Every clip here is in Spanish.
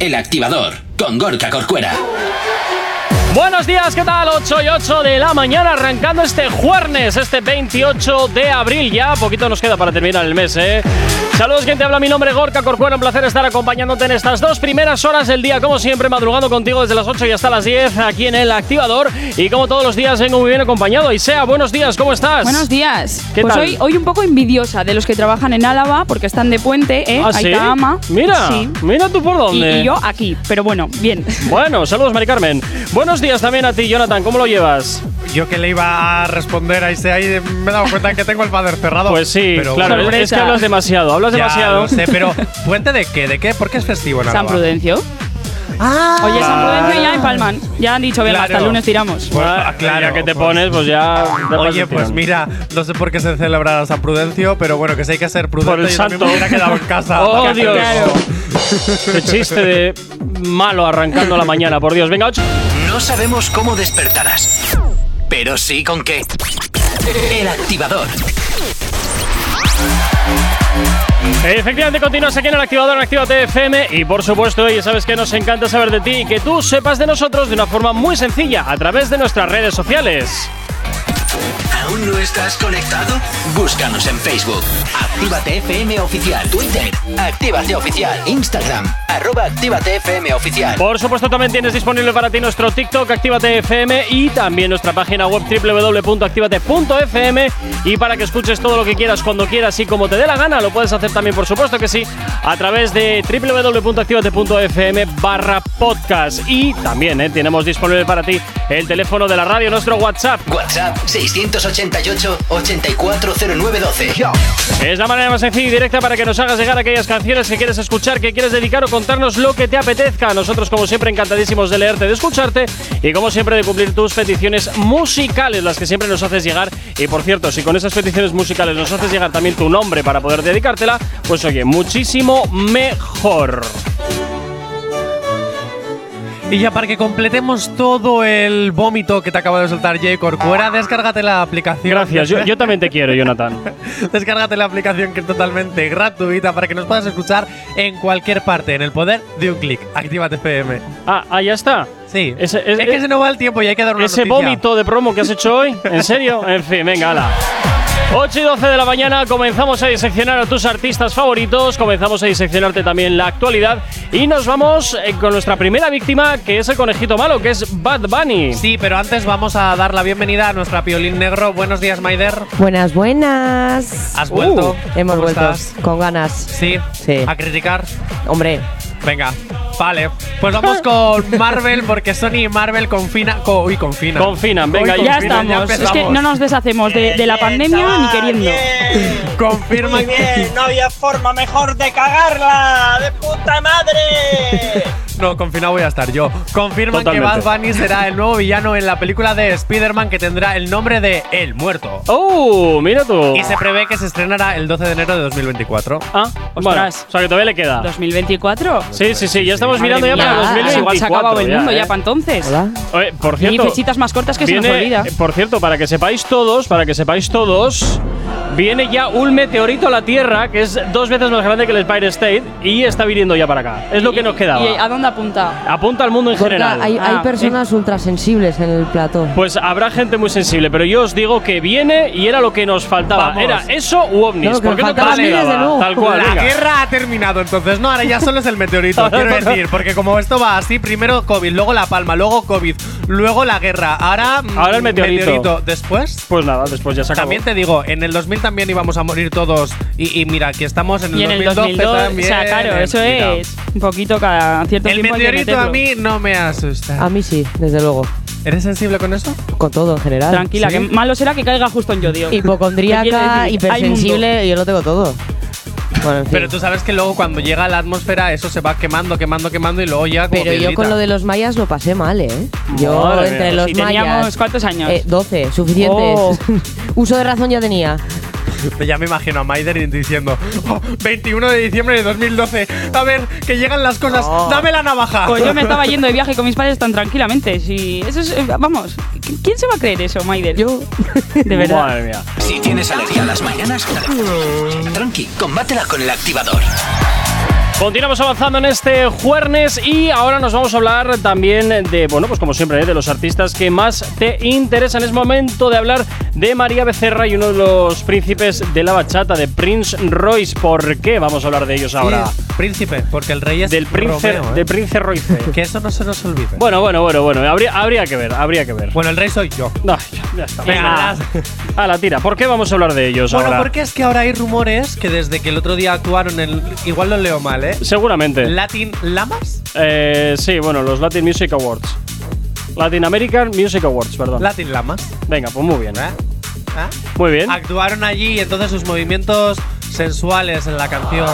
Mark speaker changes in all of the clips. Speaker 1: El activador con Gorka Corcuera.
Speaker 2: Buenos días, ¿qué tal? 8 y 8 de la mañana, arrancando este jueves, este 28 de abril ya. Poquito nos queda para terminar el mes, ¿eh? Saludos, gente. Habla mi nombre, Gorka Corcuera. Un placer estar acompañándote en estas dos primeras horas del día, como siempre, madrugando contigo desde las 8 y hasta las 10 aquí en El Activador. Y como todos los días, vengo muy bien acompañado. Isea, buenos días, ¿cómo estás?
Speaker 3: Buenos días.
Speaker 2: ¿Qué
Speaker 3: pues
Speaker 2: tal?
Speaker 3: Hoy, hoy un poco envidiosa de los que trabajan en Álava porque están de puente, ¿eh?
Speaker 2: ¿Ah,
Speaker 3: Ahí
Speaker 2: sí?
Speaker 3: está ama.
Speaker 2: Mira,
Speaker 3: Sí.
Speaker 2: mira tú por
Speaker 3: Y,
Speaker 2: dónde.
Speaker 3: y yo aquí, pero bueno, bien.
Speaker 2: Bueno, saludos, Mari Carmen. Buenos días también a ti, Jonathan. ¿Cómo lo llevas?
Speaker 4: Yo que le iba a responder a ese ahí, me he dado cuenta que tengo el padre cerrado.
Speaker 2: Pues sí,
Speaker 4: Oh, Pero
Speaker 2: claro,
Speaker 4: bueno,
Speaker 2: es que
Speaker 3: Sorpresa.
Speaker 2: hablas demasiado, hablas
Speaker 4: ya
Speaker 2: demasiado.
Speaker 4: lo sé, pero ¿puente de qué? ¿De qué? ¿Por qué es festivo en
Speaker 3: San
Speaker 4: Álava?
Speaker 3: Prudencio. Oye, San Prudencio ya empalman. Ya han dicho, venga,
Speaker 4: Claro.
Speaker 3: hasta el lunes tiramos.
Speaker 4: Pues,
Speaker 2: Ah,
Speaker 4: ah, claro,
Speaker 2: ya que te
Speaker 4: pues.
Speaker 2: pones, pues ya. te vas
Speaker 4: Oye,
Speaker 2: de
Speaker 4: pues
Speaker 2: tirón.
Speaker 4: mira, no sé por qué se celebrará San Prudencio, pero bueno, que sí hay que ser prudente.
Speaker 2: Por el
Speaker 4: yo
Speaker 2: santo.
Speaker 4: también me hubiera quedado en casa.
Speaker 2: Oh,
Speaker 4: También.
Speaker 2: Dios. Qué chiste de malo arrancando la mañana, por Dios. Venga, ocho.
Speaker 1: No sabemos cómo despertarás, pero sí con qué. El activador.
Speaker 2: Eh, Efectivamente, continúas aquí en el activador en Actívate FM. Y por supuesto, ya sabes que nos encanta saber de ti y que tú sepas de nosotros de una forma muy sencilla a través de nuestras redes sociales.
Speaker 1: ¿Aún no estás conectado? Búscanos en Facebook. Actívate FM Oficial. Twitter. Actívate Oficial. Instagram. Arroba Actívate FM Oficial.
Speaker 2: Por supuesto, también tienes disponible para ti nuestro TikTok, Actívate FM, y también nuestra página web www.activate.fm. Y para que escuches todo lo que quieras, cuando quieras y como te dé la gana, lo puedes hacer también, por supuesto que sí, a través de www.activate.fm barra podcast. Y también eh, tenemos disponible para ti el teléfono de la radio, nuestro WhatsApp.
Speaker 1: WhatsApp 688 840912.
Speaker 2: Es la manera más sencilla y directa para que nos hagas llegar aquellas canciones que quieres escuchar, que quieres dedicar o contarnos lo que te apetezca. Nosotros, como siempre, encantadísimos de leerte, de escucharte y, como siempre, de cumplir tus peticiones musicales, las que siempre nos haces llegar. Y, por cierto, si con esas peticiones musicales nos haces llegar también tu nombre para poder dedicártela, pues oye, muchísimo mejor.
Speaker 4: Y ya para que completemos todo el vómito que te acaba de soltar Jay Corcuera, descárgate la aplicación.
Speaker 2: Gracias, yo, yo también te quiero, Jonathan.
Speaker 4: Descárgate la aplicación que es totalmente gratuita para que nos puedas escuchar en cualquier parte, en el poder de un clic. Actívate FM.
Speaker 2: Ah, ah, ya está.
Speaker 4: Sí.
Speaker 2: Ese-
Speaker 4: es,
Speaker 2: ese-
Speaker 4: que se nos va el tiempo y hay que dar una
Speaker 2: Ese
Speaker 4: noticia.
Speaker 2: vómito de promo que has hecho hoy, ¿en serio? En fin, venga, ala. 8 y 12 de la mañana comenzamos a diseccionar a tus artistas favoritos, comenzamos a diseccionarte también la actualidad y nos vamos eh, con nuestra primera víctima que es el conejito malo, que es Bad Bunny.
Speaker 4: Sí, pero antes vamos a dar la bienvenida a nuestra piolín negro. Buenos días, Maider.
Speaker 5: Buenas, buenas. Uh,
Speaker 4: Has vuelto.
Speaker 5: Hemos
Speaker 4: ¿Cómo
Speaker 5: vuelto
Speaker 4: estás?
Speaker 5: con ganas.
Speaker 4: Sí.
Speaker 5: Sí.
Speaker 4: A criticar.
Speaker 5: Hombre,
Speaker 4: Venga. Vale. Pues vamos con Marvel porque Sony y Marvel confina. Co uy, confina.
Speaker 2: Confinan, venga,
Speaker 4: Hoy
Speaker 3: Ya
Speaker 4: confina,
Speaker 3: estamos. es que
Speaker 4: empezamos.
Speaker 3: no nos deshacemos de, de la pandemia ni queriendo.
Speaker 4: Confirman
Speaker 6: Muy
Speaker 4: que,
Speaker 6: bien, no había forma mejor de cagarla, de puta madre.
Speaker 4: No, confinado voy a estar yo. Confirman
Speaker 2: Totalmente.
Speaker 4: que Bad Bunny será el nuevo villano en la película de Spider-Man que tendrá el nombre de El Muerto.
Speaker 2: ¡Oh! Mira tú.
Speaker 4: Y se prevé que se estrenará el 12 de enero de 2024.
Speaker 2: Ah, bueno, o
Speaker 3: Ostras.
Speaker 2: sea que todavía le queda.
Speaker 3: ¿2024?
Speaker 2: Sí, sí, sí, ya estamos mirando ya
Speaker 3: Madre
Speaker 2: para
Speaker 3: mía,
Speaker 2: 2024.
Speaker 3: Pues Igual se ha acabado el mundo ya,
Speaker 2: ¿eh?
Speaker 3: para entonces.
Speaker 5: hola.
Speaker 2: Oye, por
Speaker 3: Y
Speaker 2: cierto,
Speaker 3: fechitas más cortas que se nos
Speaker 2: Viene,
Speaker 3: olvida.
Speaker 2: eh, por cierto, para que sepáis todos, para que sepáis todos, viene ya un meteorito a la Tierra que es dos veces más grande que el Empire State y está viniendo ya para acá. Es lo que nos quedaba.
Speaker 3: ¿Y a dónde apunta?
Speaker 2: Apunta al mundo en
Speaker 5: Gorka,
Speaker 2: general.
Speaker 5: hay, hay
Speaker 3: Ah,
Speaker 5: personas ultrasensibles en el plató.
Speaker 2: Pues habrá gente muy sensible, pero yo os digo que viene y era lo que nos faltaba.
Speaker 4: Vamos.
Speaker 2: Era eso u ovnis.
Speaker 5: Claro, que
Speaker 2: ¿Por qué
Speaker 5: nos
Speaker 2: no te
Speaker 5: faltaban
Speaker 2: llegaba?
Speaker 5: miles de luz.
Speaker 2: Tal cual,
Speaker 4: la
Speaker 2: venga.
Speaker 4: guerra ha terminado, entonces no, ahora ya solo es el meteorito, quiero decir, porque como esto va así, primero COVID, luego la palma, luego COVID, luego la guerra, ahora, mm,
Speaker 2: Ahora el meteorito.
Speaker 4: después.
Speaker 2: Pues nada, después ya se acabó.
Speaker 4: También te digo, en el 2000 también íbamos a morir todos y, y mira, aquí estamos en el,
Speaker 3: Y en el
Speaker 4: 2012
Speaker 3: 2002,
Speaker 4: también.
Speaker 3: o sea, claro, eso
Speaker 4: Mira.
Speaker 3: es un poquito cada cierto
Speaker 4: El
Speaker 3: tiempo. hay que
Speaker 4: meteorito a
Speaker 3: meterlo.
Speaker 4: mí no me asusta.
Speaker 5: A mí sí, desde luego.
Speaker 4: ¿Eres sensible con eso?
Speaker 5: Con todo en general.
Speaker 3: Tranquila,
Speaker 4: ¿Sí?
Speaker 3: que malo será que caiga justo en Yodio. ¿Qué
Speaker 5: Hipocondríaca,
Speaker 3: quiere decir? Hay mundo.
Speaker 5: hipersensible, yo lo tengo todo. Bueno, en fin.
Speaker 4: Pero tú sabes que luego cuando llega a la atmósfera eso se va quemando, quemando, quemando y luego llega como
Speaker 5: Pero yo con
Speaker 4: piedrita.
Speaker 5: lo de los mayas lo pasé mal, ¿eh? Yo
Speaker 2: Madre
Speaker 5: entre
Speaker 2: mía,
Speaker 5: los
Speaker 3: Si teníamos
Speaker 5: mayas.
Speaker 3: cuántos años.
Speaker 5: eh, 12, suficientes.
Speaker 3: Oh.
Speaker 5: Uso de razón ya tenía.
Speaker 4: Ya me imagino a Maider diciendo "Oh, 21 de diciembre de 2012 A ver, que llegan las cosas
Speaker 2: Oh.
Speaker 4: Dame la navaja
Speaker 3: Pues yo me estaba yendo de viaje con mis padres tan tranquilamente. Si eso es, eh, vamos, ¿qu- ¿quién se va a creer eso, Maider?
Speaker 5: Yo.
Speaker 3: de verdad.
Speaker 2: Madre mía.
Speaker 1: Si tienes alergia a las mañanas, tranqui, combátela con el activador.
Speaker 2: Continuamos avanzando en este jueves y ahora nos vamos a hablar también de, bueno, pues como siempre, ¿eh? de los artistas que más te interesan. Es momento de hablar de María Becerra y uno de los príncipes de la bachata, de Prince Royce. ¿Por qué vamos a hablar de ellos ahora?
Speaker 4: Sí, príncipe, porque el rey es
Speaker 2: Del Prince,
Speaker 4: Romeo, ¿eh?
Speaker 2: del Prince Royce.
Speaker 4: Que eso no se nos olvide.
Speaker 2: bueno, bueno, bueno, bueno, habría, habría que ver, habría que ver.
Speaker 4: Bueno, el rey soy yo.
Speaker 2: No, ya, ya está.
Speaker 4: Venga.
Speaker 2: a la tira. ¿Por qué vamos a hablar de ellos
Speaker 4: Bueno,
Speaker 2: ahora?
Speaker 4: porque es que ahora hay rumores que desde que el otro día actuaron en. Igual lo leo mal, ¿eh?
Speaker 2: Seguramente.
Speaker 4: Latin Lamas?
Speaker 2: Eh, sí, bueno, los Latin Music Awards. Latin American Music Awards, perdón.
Speaker 4: Latin Lamas.
Speaker 2: Venga, pues muy bien.
Speaker 4: ¿Eh? ¿Ah?
Speaker 2: Muy bien.
Speaker 4: Actuaron allí y entonces sus movimientos sensuales en la canción,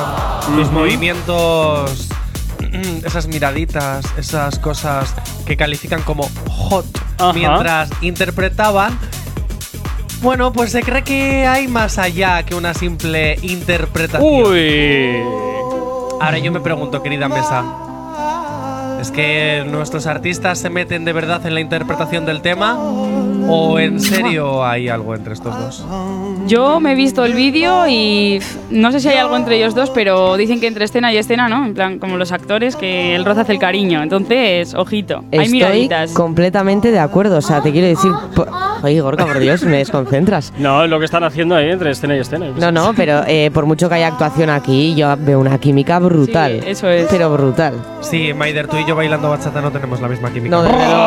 Speaker 4: sus movimientos. mm, Esas miraditas, esas cosas que califican como hot
Speaker 2: Ajá.
Speaker 4: mientras interpretaban. Bueno, pues se cree que hay más allá que una simple interpretación.
Speaker 2: Uy.
Speaker 4: Ahora yo me pregunto, querida mesa, ¿es que nuestros artistas se meten de verdad en la interpretación del tema? ¿O en serio hay algo entre estos dos?
Speaker 3: Yo me he visto el vídeo y pff, no sé si hay algo entre ellos dos, pero dicen que entre escena y escena, ¿no? En plan, como los actores, que el roce hace el cariño. Entonces, ojito, hay
Speaker 5: Estoy
Speaker 3: miraditas.
Speaker 5: completamente de acuerdo. O sea, te quiero decir. po- Oye, Gorka, por Dios, me desconcentras.
Speaker 2: No, es lo que están haciendo ahí entre escena y escena.
Speaker 5: No, no, pero eh, por mucho que haya actuación aquí, yo veo una química brutal.
Speaker 3: Sí, eso es.
Speaker 5: Pero brutal.
Speaker 4: Sí, Maider, tú y yo bailando bachata no tenemos la misma química.
Speaker 5: No, desde luego,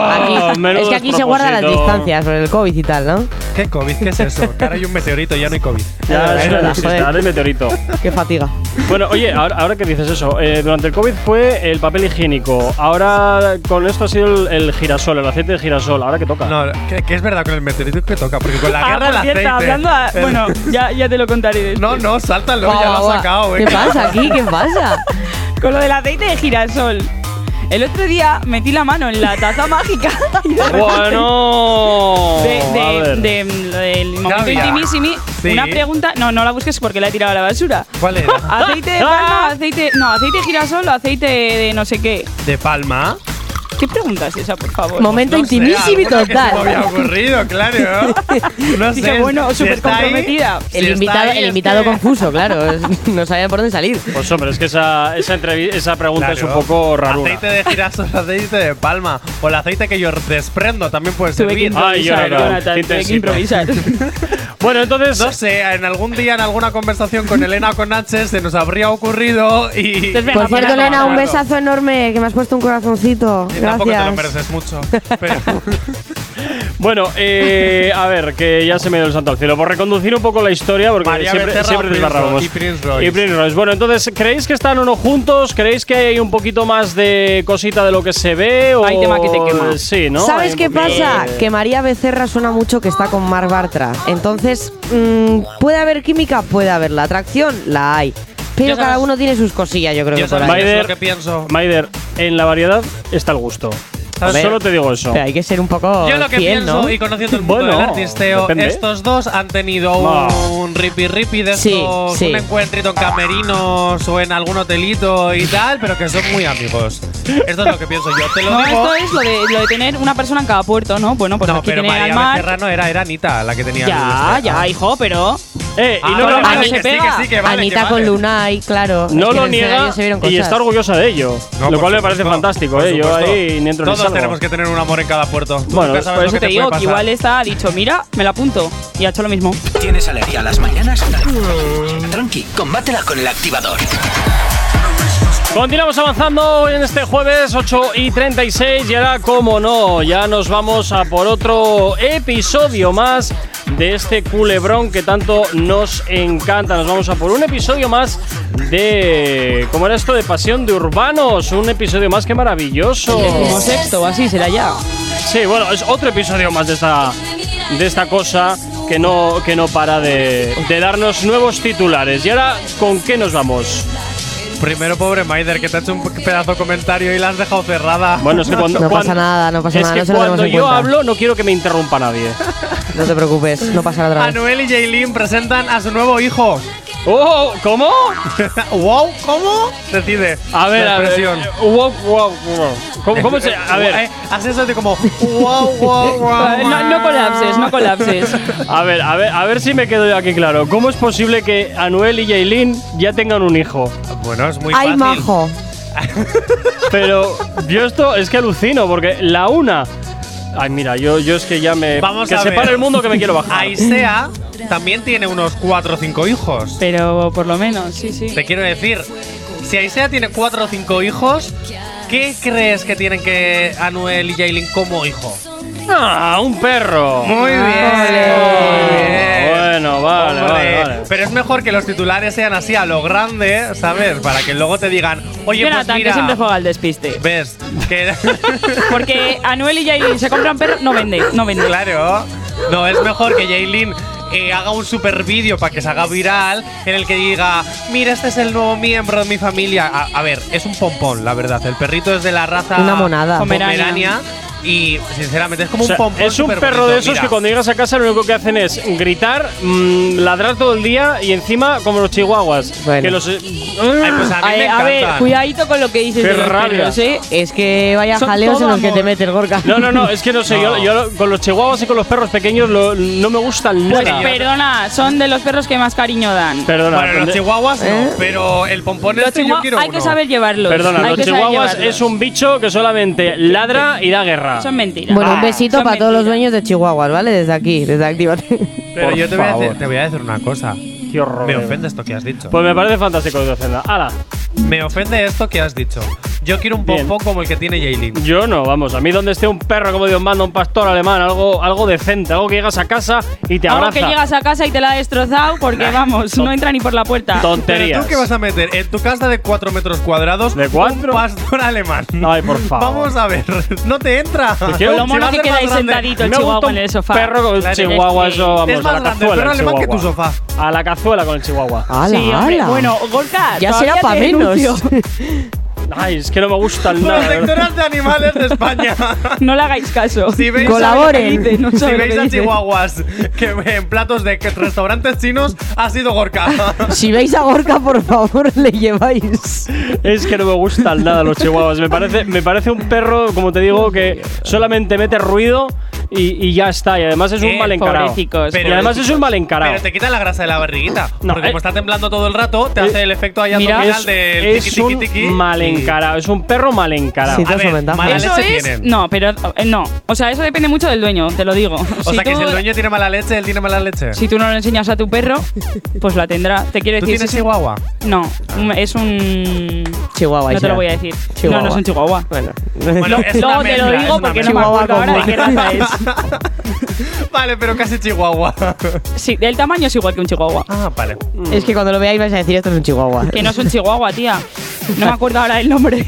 Speaker 5: aquí-
Speaker 2: menudo
Speaker 5: es que aquí se guardan las
Speaker 2: despropósito.
Speaker 5: distancias por el COVID y tal, ¿no?
Speaker 4: ¿Qué COVID? ¿Qué es eso? Que Ahora hay un meteorito, ya no hay COVID.
Speaker 2: Ya es
Speaker 5: Eh,
Speaker 2: verdad,
Speaker 5: joder.
Speaker 2: está de meteorito.
Speaker 5: Qué fatiga.
Speaker 2: Bueno, oye, ahora, ahora que dices eso, eh, durante el COVID fue el papel higiénico. Ahora con esto ha sido el, el girasol, el aceite de girasol. Ahora que toca.
Speaker 4: No, que, que es verdad con el meteorito que toca, porque con la
Speaker 3: Ah,
Speaker 4: guerra del
Speaker 3: por cierto,
Speaker 4: aceite.
Speaker 3: hablando a-
Speaker 4: el-
Speaker 3: Bueno, ya, ya te lo contaré. después.
Speaker 4: No, no, sáltalo,
Speaker 5: Guau,
Speaker 4: ya lo
Speaker 5: guau,
Speaker 4: has sacado,
Speaker 5: guau.
Speaker 4: eh.
Speaker 5: ¿Qué pasa aquí? ¿Qué pasa?
Speaker 3: Con lo del aceite de girasol. El otro día metí la mano en la taza mágica y de repente-
Speaker 2: Bueno.
Speaker 3: de,
Speaker 2: a
Speaker 3: de,
Speaker 2: ver.
Speaker 3: de- del momento
Speaker 4: Gavia.
Speaker 3: intimísimi,
Speaker 4: Sí.
Speaker 3: una pregunta. No, no la busques porque la he tirado a la basura.
Speaker 4: ¿Cuál era?
Speaker 3: Aceite de palma, aceite. No, aceite de girasol o aceite de no sé qué.
Speaker 4: ¿De Palma?
Speaker 3: ¿Qué preguntas es esa, por favor?
Speaker 5: Momento
Speaker 4: No sé,
Speaker 5: intimísimo
Speaker 4: alguna que se me había
Speaker 5: total.
Speaker 4: ocurrido, claro. No sé.
Speaker 3: Dice, bueno,
Speaker 4: si
Speaker 3: súper
Speaker 4: está ahí,
Speaker 3: comprometida.
Speaker 4: si
Speaker 5: El
Speaker 4: está
Speaker 5: invitado,
Speaker 4: ahí
Speaker 5: el
Speaker 4: es
Speaker 5: invitado
Speaker 4: que-
Speaker 5: confuso, claro. es- No sabía por dónde salir.
Speaker 2: Pues hombre, es que esa, esa, entrevi- esa pregunta es un
Speaker 4: Claro.
Speaker 2: poco raruna.
Speaker 4: Aceite de girasol, aceite de palma. O el aceite que yo desprendo también puede
Speaker 3: Tuve que
Speaker 4: servir.
Speaker 2: Ay,
Speaker 3: improvisar,
Speaker 2: Jonathan,
Speaker 3: Jonathan,
Speaker 2: qué
Speaker 3: tuve que
Speaker 2: intensito.
Speaker 3: improvisar.
Speaker 2: Bueno, entonces.
Speaker 4: No sé, en algún día, en alguna conversación con Elena o con H, se nos habría ocurrido y.
Speaker 3: Entonces, venga,
Speaker 5: Por
Speaker 3: para
Speaker 5: cierto,
Speaker 3: acabar.
Speaker 5: Elena, Pues, un besazo enorme que me has puesto un corazoncito.
Speaker 4: y tampoco te lo
Speaker 5: Gracias.
Speaker 4: mereces mucho. Pero
Speaker 2: Bueno, eh, a ver, que ya se me dio el santo al cielo. Por reconducir un poco la historia, porque
Speaker 4: María
Speaker 2: siempre,
Speaker 4: Becerra
Speaker 2: siempre
Speaker 4: o Prince
Speaker 2: desbarramos.
Speaker 4: Roy- y Prince Royce.
Speaker 2: Y Prince Royce. Bueno, entonces, ¿creéis que están o no juntos? ¿Creéis que hay un poquito más de cosita de lo que se ve? O...
Speaker 3: Hay tema que te quema.
Speaker 2: Sí, ¿no? Hay
Speaker 5: ¿Sabes
Speaker 2: un
Speaker 5: qué
Speaker 2: poquito
Speaker 5: pasa?
Speaker 2: de-
Speaker 5: Que María Becerra suena mucho que está con Mar Bartra. Entonces, mm, ¿puede haber química? Puede haber. La atracción la hay. Pero
Speaker 3: Ya
Speaker 5: cada
Speaker 3: sabes.
Speaker 5: uno tiene sus cosillas, yo creo
Speaker 4: yo
Speaker 5: que por
Speaker 4: sabes
Speaker 5: ahí.
Speaker 4: qué es
Speaker 2: Maider.
Speaker 4: lo que pienso.
Speaker 2: Maider, en la variedad está el gusto.
Speaker 5: Hombre.
Speaker 2: Solo te digo eso.
Speaker 5: Pero hay que ser un poco
Speaker 4: Yo lo que
Speaker 5: fiel,
Speaker 4: pienso,
Speaker 5: ¿no?
Speaker 4: y conociendo el mundo
Speaker 2: Bueno,
Speaker 4: del artisteo,
Speaker 2: depende.
Speaker 4: estos dos han tenido
Speaker 2: No.
Speaker 4: un ripi ripi de
Speaker 5: Sí,
Speaker 4: estos,
Speaker 5: sí.
Speaker 4: un encuentrito en camerinos o en algún hotelito y tal, pero que son muy amigos. Esto es lo que pienso yo. Te lo
Speaker 3: No, esto
Speaker 4: digo.
Speaker 3: es lo de, lo de tener una persona en cada puerto, ¿no? Bueno, pues
Speaker 4: no,
Speaker 3: aquí
Speaker 4: pero
Speaker 3: tiene
Speaker 4: María
Speaker 3: al mar.
Speaker 4: Becerra no era, era Anita la que tenía.
Speaker 3: Ya,
Speaker 4: el este.
Speaker 3: ya, hijo, pero.
Speaker 2: Eh, y
Speaker 4: Ah,
Speaker 2: no
Speaker 4: vale,
Speaker 2: lo,
Speaker 4: vale,
Speaker 5: Ani-
Speaker 4: que sí,
Speaker 3: pega.
Speaker 4: que sí, que vale,
Speaker 5: Anita
Speaker 4: que
Speaker 5: con
Speaker 4: vale.
Speaker 5: Lunay, claro.
Speaker 2: no
Speaker 5: Es que
Speaker 2: lo
Speaker 5: en el
Speaker 2: niega
Speaker 5: escenario se vieron
Speaker 2: y
Speaker 5: cosas.
Speaker 2: está orgullosa de ello.
Speaker 4: No,
Speaker 2: lo
Speaker 4: por
Speaker 2: cual me parece
Speaker 4: supuesto,
Speaker 2: fantástico,
Speaker 4: por
Speaker 2: ¿eh? Yo
Speaker 4: supuesto.
Speaker 2: ahí ni entro ni
Speaker 4: Todos
Speaker 2: salgo.
Speaker 4: tenemos que tener un amor en cada puerto. Tú
Speaker 2: Bueno,
Speaker 4: nunca sabes
Speaker 2: por
Speaker 4: lo
Speaker 3: Por eso
Speaker 4: que
Speaker 3: te digo
Speaker 4: puede
Speaker 3: que
Speaker 4: pasar.
Speaker 3: igual está ha dicho, mira, me la apunto. Y ha hecho lo mismo.
Speaker 1: ¿Tienes alergia a las mañanas? Tranqui, combátela con el activador.
Speaker 2: Continuamos avanzando en este jueves 8 y 36 y ahora, como no, ya nos vamos a por otro episodio más de este culebrón que tanto nos encanta. Nos vamos a por un episodio más de... ¿Cómo era esto? De Pasión de Urbanos. Un episodio más que maravilloso.
Speaker 3: Como sexto o así será ya.
Speaker 2: Sí, bueno, es otro episodio más de esta, de esta cosa que no, que no para de, de darnos nuevos titulares. Y ahora, ¿con qué nos vamos?
Speaker 4: Primero, pobre Maider, que te ha hecho un pedazo de comentario y la has dejado cerrada.
Speaker 2: Bueno, es que cuando.
Speaker 5: No
Speaker 2: cuando-
Speaker 5: pasa nada, no pasa
Speaker 2: es
Speaker 5: nada,
Speaker 2: que
Speaker 5: no se lo
Speaker 2: cuando
Speaker 5: tenemos en
Speaker 2: yo
Speaker 5: cuenta.
Speaker 2: hablo, no quiero que me interrumpa nadie.
Speaker 4: Ah,
Speaker 5: No te preocupes, no pasará otra vez.
Speaker 4: Anuel y Jaylin presentan a su nuevo hijo.
Speaker 2: ¡Oh! ¿Cómo?
Speaker 4: wow, ¿cómo? Decide.
Speaker 2: A ver,
Speaker 4: la
Speaker 2: a ver.
Speaker 4: expresión.
Speaker 2: eh, Wow, wow, wow. ¿Cómo, cómo se.? A ver.
Speaker 4: Eh, haz eso de como wow, wow, wow.
Speaker 3: No, no colapses, no colapses.
Speaker 2: A ver, a ver, a ver si me quedo yo aquí claro. ¿Cómo es posible que Anuel y Jailin ya tengan un hijo?
Speaker 4: Bueno, es muy
Speaker 5: Ay,
Speaker 4: fácil.
Speaker 5: majo.
Speaker 2: Pero yo esto es que alucino, porque la una. Ay, mira, yo, yo es que ya me.
Speaker 4: Vamos
Speaker 2: que
Speaker 4: a
Speaker 2: se
Speaker 4: ver.
Speaker 2: pare el mundo que me quiero bajar.
Speaker 4: Aisea también tiene unos 4 o 5 hijos.
Speaker 3: Pero por lo menos, sí, sí.
Speaker 4: Te quiero decir, si Aisea tiene 4 o 5 hijos, ¿qué crees que tienen que Anuel y Jailin como hijo?
Speaker 2: ¡Ah! ¡Un perro!
Speaker 4: Muy bien.
Speaker 2: Bueno, vale,
Speaker 4: Hombre,
Speaker 2: vale, vale.
Speaker 4: Pero es mejor que los titulares sean así a lo grande, ¿sabes? Para que luego te digan, oye,
Speaker 3: Jonathan,
Speaker 4: pues mira,
Speaker 3: que siempre juega al despiste.
Speaker 4: ves que
Speaker 3: Porque Anuel y Yailin se compran perros, no vende, no vende.
Speaker 4: Claro. No, es mejor que Jaylin eh, haga un super vídeo para que se haga viral en el que diga, mira, este es el nuevo miembro de mi familia. A, a ver, es un pompón, la verdad. El perrito es de la raza
Speaker 5: Una monada.
Speaker 4: pomerania y sinceramente es como
Speaker 2: O sea,
Speaker 4: un pompón.
Speaker 2: es un
Speaker 4: superbonito,
Speaker 2: perro de esos
Speaker 4: mira.
Speaker 2: que cuando llegas a casa lo único que hacen es gritar, mm, ladrar todo el día y encima como los chihuahuas.
Speaker 5: Bueno.
Speaker 2: Que los, eh,
Speaker 4: Ay, pues a mí
Speaker 5: Ay,
Speaker 4: me
Speaker 5: a ver,
Speaker 4: encantan.
Speaker 3: Cuidadito con lo que dices
Speaker 2: Qué
Speaker 3: de los
Speaker 2: rabia.
Speaker 3: perros, ¿eh?
Speaker 5: Es que vaya
Speaker 3: Son
Speaker 5: jaleos en
Speaker 3: todo
Speaker 5: los que
Speaker 3: amor.
Speaker 5: te metes, Gorka.
Speaker 2: no, no, no, es que no sé, Yo, yo con los chihuahuas y con los perros pequeños lo- no me gustan
Speaker 3: Pues
Speaker 2: nada.
Speaker 3: perdona, son de los perros que más cariño dan.
Speaker 2: Perdona,
Speaker 4: Bueno, los
Speaker 2: perdona.
Speaker 4: chihuahuas no, pero el pompón
Speaker 3: Los
Speaker 4: este yo
Speaker 3: chihuahua-
Speaker 4: quiero
Speaker 3: hay
Speaker 4: uno.
Speaker 3: que saber llevarlos.
Speaker 2: Perdona,
Speaker 3: hay
Speaker 2: los
Speaker 3: que saber
Speaker 2: chihuahuas
Speaker 3: llevarlos.
Speaker 2: es un bicho que solamente ladra y da guerra.
Speaker 3: Son mentiras.
Speaker 5: Bueno, un
Speaker 3: Ah,
Speaker 5: besito
Speaker 3: son
Speaker 5: para todos los
Speaker 3: mentiras.
Speaker 5: dueños de Chihuahuas, ¿vale? Desde aquí, desde Actívate.
Speaker 4: Pero
Speaker 2: Por
Speaker 4: yo te voy, a decir,
Speaker 2: favor.
Speaker 4: te voy a decir una cosa.
Speaker 2: Qué horror.
Speaker 4: Me ofende esto que has dicho.
Speaker 2: Pues me parece fantástico de ofenda. Ala,
Speaker 4: Me ofende esto que has dicho. Yo quiero un
Speaker 2: Bien.
Speaker 4: pompón como el que tiene Jaylin.
Speaker 2: yo no, vamos, a mí donde esté un perro como Dios manda, un pastor alemán, algo, algo decente, algo que llegas a casa y te
Speaker 3: Algo
Speaker 2: abraza.
Speaker 3: que llegas a casa y te la ha destrozado porque, vamos, no entra ni por la puerta.
Speaker 2: Tonterías.
Speaker 4: Pero tú qué vas a meter en tu casa de 4 metros cuadrados
Speaker 2: ¿De cuatro?
Speaker 4: un pastor alemán.
Speaker 2: Ay, por favor.
Speaker 4: Vamos a ver, no te entra. Pues
Speaker 2: quiero-
Speaker 4: Si
Speaker 2: Lo
Speaker 4: va
Speaker 3: mono
Speaker 4: a
Speaker 3: que
Speaker 4: ser
Speaker 3: queda
Speaker 4: más
Speaker 3: ahí
Speaker 4: grande-
Speaker 3: sentadito.
Speaker 2: Me
Speaker 3: el
Speaker 2: gusta
Speaker 3: chihuahua
Speaker 2: un
Speaker 3: en el sofá.
Speaker 2: Perro con el
Speaker 3: Claro,
Speaker 2: chihuahua,
Speaker 3: es que-
Speaker 2: eso vamos,
Speaker 4: Es
Speaker 2: a
Speaker 4: más
Speaker 2: la
Speaker 4: grande el
Speaker 2: cazuela.
Speaker 4: perro
Speaker 2: el
Speaker 4: alemán que tu
Speaker 2: chihuahua.
Speaker 4: sofá. Ah.
Speaker 2: A la cazuela con el chihuahua.
Speaker 5: ¡Hala,
Speaker 3: Sí, hombre,
Speaker 5: hala!
Speaker 3: bueno, Gorka,
Speaker 5: ya
Speaker 3: todavía
Speaker 5: será para
Speaker 3: te denuncio.
Speaker 5: menos.
Speaker 2: Ay, es que no me gusta nada.
Speaker 4: Protectoras de animales de España.
Speaker 3: No le hagáis caso.
Speaker 4: Si veis
Speaker 5: Colaboren.
Speaker 4: a,
Speaker 3: No sabe
Speaker 4: si
Speaker 3: lo
Speaker 4: veis
Speaker 3: que
Speaker 4: a
Speaker 3: dice.
Speaker 4: chihuahuas que en platos de que- restaurantes chinos ha sido Gorka.
Speaker 5: Si veis a Gorka, por favor, le lleváis.
Speaker 2: Es que no me gustan nada los chihuahuas. Me parece, me parece un perro, como te digo, que solamente mete ruido y, y ya está. Y además es un
Speaker 4: Eh,
Speaker 2: mal encarado.
Speaker 3: pobrecicos,
Speaker 2: y además es un mal encarado.
Speaker 4: Pero te quita la grasa de la barriguita.
Speaker 2: No,
Speaker 4: porque
Speaker 2: eh.
Speaker 4: como está temblando todo el rato, te
Speaker 2: Eh,
Speaker 4: hace el efecto ahí abdominal
Speaker 2: es,
Speaker 4: del
Speaker 2: es
Speaker 4: tiqui, tiqui,
Speaker 2: un
Speaker 4: tiqui.
Speaker 2: mal
Speaker 4: Y-
Speaker 2: encarado. Es un perro mal encarado.
Speaker 5: Sí,
Speaker 4: A
Speaker 5: Dos
Speaker 4: ver,
Speaker 5: ventajas.
Speaker 4: mala
Speaker 3: Eso
Speaker 4: leche
Speaker 3: es.
Speaker 4: tienen.
Speaker 3: No, pero eh, no. O sea, eso depende mucho del dueño, te lo digo.
Speaker 4: O sea que si el dueño tiene mala leche, él tiene mala leche.
Speaker 3: si tú no lo enseñas a tu perro, pues la tendrá. Te quiero
Speaker 4: ¿Tú
Speaker 3: decir.
Speaker 4: tienes Ah.
Speaker 3: si-
Speaker 4: chihuahua?
Speaker 3: No, un- es un.
Speaker 5: Chihuahua,
Speaker 3: No te
Speaker 5: ya.
Speaker 3: lo voy a decir.
Speaker 5: Chihuahua.
Speaker 3: No, no es un chihuahua.
Speaker 5: Bueno.
Speaker 4: Bueno, Pues es una
Speaker 3: Luego te lo
Speaker 4: mezcla, es
Speaker 3: digo
Speaker 4: una
Speaker 3: porque no me
Speaker 4: mezcla.
Speaker 5: Chihuahua
Speaker 3: acuerdo ahora de
Speaker 5: con
Speaker 3: qué raza es.
Speaker 4: Vale, pero casi chihuahua.
Speaker 3: Sí, el tamaño es igual que un chihuahua.
Speaker 4: ah, vale.
Speaker 5: Es que cuando lo veáis vais a decir esto es un chihuahua.
Speaker 3: Que no es un chihuahua, tía. No me acuerdo ahora el nombre.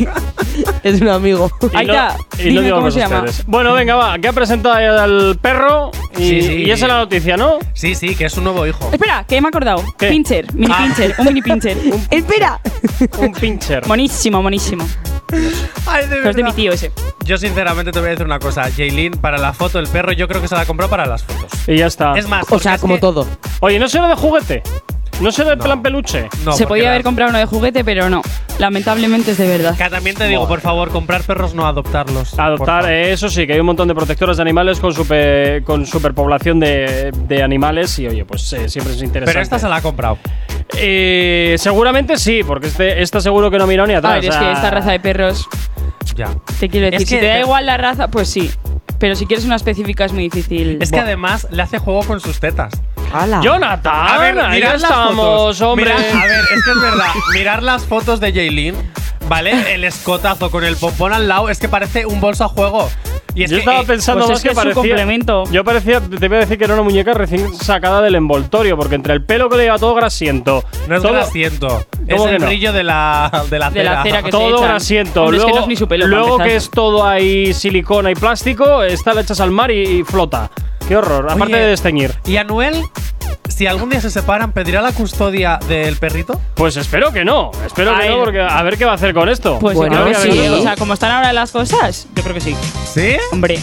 Speaker 5: es un amigo.
Speaker 2: Y
Speaker 3: Ahí
Speaker 2: no-
Speaker 3: está.
Speaker 2: y no
Speaker 3: Dime
Speaker 2: digo
Speaker 3: cómo
Speaker 2: más
Speaker 3: se llama.
Speaker 2: ustedes. Bueno, venga, va, que ha presentado ahí al perro y,
Speaker 4: Sí, sí.
Speaker 2: y esa es la noticia, ¿no?
Speaker 4: Sí, sí, que es un nuevo hijo.
Speaker 3: Espera, que me he acordado.
Speaker 2: ¿Qué?
Speaker 3: Pincher, mini
Speaker 4: Ah.
Speaker 3: pincher, un mini pincher.
Speaker 5: ¡Espera!
Speaker 2: Un pincher.
Speaker 3: Monísimo, monísimo.
Speaker 4: Ay, de
Speaker 3: Pero es de mi
Speaker 4: verdad.
Speaker 3: tío ese.
Speaker 4: Yo sinceramente te voy a decir una cosa. Jaylin, para la foto, el perro yo creo que se la ha comprado para las fotos.
Speaker 2: Y ya está.
Speaker 4: Es más,
Speaker 5: O sea,
Speaker 4: porque es
Speaker 5: como
Speaker 4: que-
Speaker 5: todo.
Speaker 2: Oye, ¿no será de juguete? ¿No será de
Speaker 4: No.
Speaker 2: plan peluche?
Speaker 4: No,
Speaker 3: Se
Speaker 4: porque
Speaker 3: podía
Speaker 4: la-
Speaker 3: haber comprado uno de juguete, pero no. Lamentablemente es de verdad.
Speaker 4: Que también te digo, por favor, comprar perros, no adoptarlos. por
Speaker 2: Adoptar,
Speaker 4: favor.
Speaker 2: eh, eso sí, que hay un montón de protectoras de animales con, super, con superpoblación de, de animales y oye, pues eh, siempre es interesante.
Speaker 4: Pero esta se la ha comprado.
Speaker 2: Eh, seguramente sí, porque este, esta seguro que no miró ni atrás.
Speaker 3: A ver, es
Speaker 2: o
Speaker 3: que
Speaker 2: sea,
Speaker 3: esta raza de perros,
Speaker 4: Ya.
Speaker 3: te quiero decir,
Speaker 4: Es que-
Speaker 3: si te da igual la raza, pues sí. Pero si quieres una específica es muy difícil.
Speaker 4: Es que
Speaker 3: Buah.
Speaker 4: además le hace juego con sus tetas.
Speaker 5: ¡Hala!
Speaker 2: ¡Jonathan! ahí
Speaker 4: mirad las
Speaker 2: estamos,
Speaker 4: fotos.
Speaker 2: hombre.
Speaker 4: Mirad- a ver, es que es verdad. Mirar las fotos de Jaylin, ¿vale? El escotazo con el pompón al lado es que parece un bolso a juego. Y es
Speaker 2: yo
Speaker 4: que,
Speaker 2: estaba
Speaker 4: eh,
Speaker 2: pensando
Speaker 3: pues
Speaker 2: más
Speaker 3: es que es su
Speaker 2: parecía-
Speaker 3: complemento.
Speaker 2: Yo parecía, te voy a decir que era una muñeca recién sacada del envoltorio, porque entre el pelo que le lleva todo grasiento.
Speaker 4: No es
Speaker 2: todo,
Speaker 4: grasiento. Es
Speaker 2: ¿Cómo que
Speaker 4: el
Speaker 2: no?
Speaker 4: brillo de la, de la
Speaker 3: De la
Speaker 4: cera.
Speaker 3: cera que se
Speaker 2: todo
Speaker 3: echan.
Speaker 2: grasiento.
Speaker 3: Hombre, es
Speaker 2: luego
Speaker 3: que no es ni su pelo, para
Speaker 2: luego
Speaker 3: empezar.
Speaker 2: que es todo ahí silicona y plástico, esta la echas al mar y, y flota. Qué horror, aparte
Speaker 4: Oye.
Speaker 2: de desteñir.
Speaker 4: ¿Y Anuel? Si algún día se separan, ¿pedirá la custodia del perrito?
Speaker 2: Pues espero que no, espero que
Speaker 3: Ay.
Speaker 2: no, porque a ver qué va a hacer con esto.
Speaker 3: Pues yo
Speaker 5: Bueno,
Speaker 2: A
Speaker 3: creo
Speaker 2: ver
Speaker 3: que
Speaker 2: qué hace
Speaker 3: sí.
Speaker 2: con
Speaker 3: O
Speaker 2: esto.
Speaker 3: sea, como están ahora las cosas, yo creo que sí.
Speaker 4: ¿Sí?
Speaker 3: Hombre,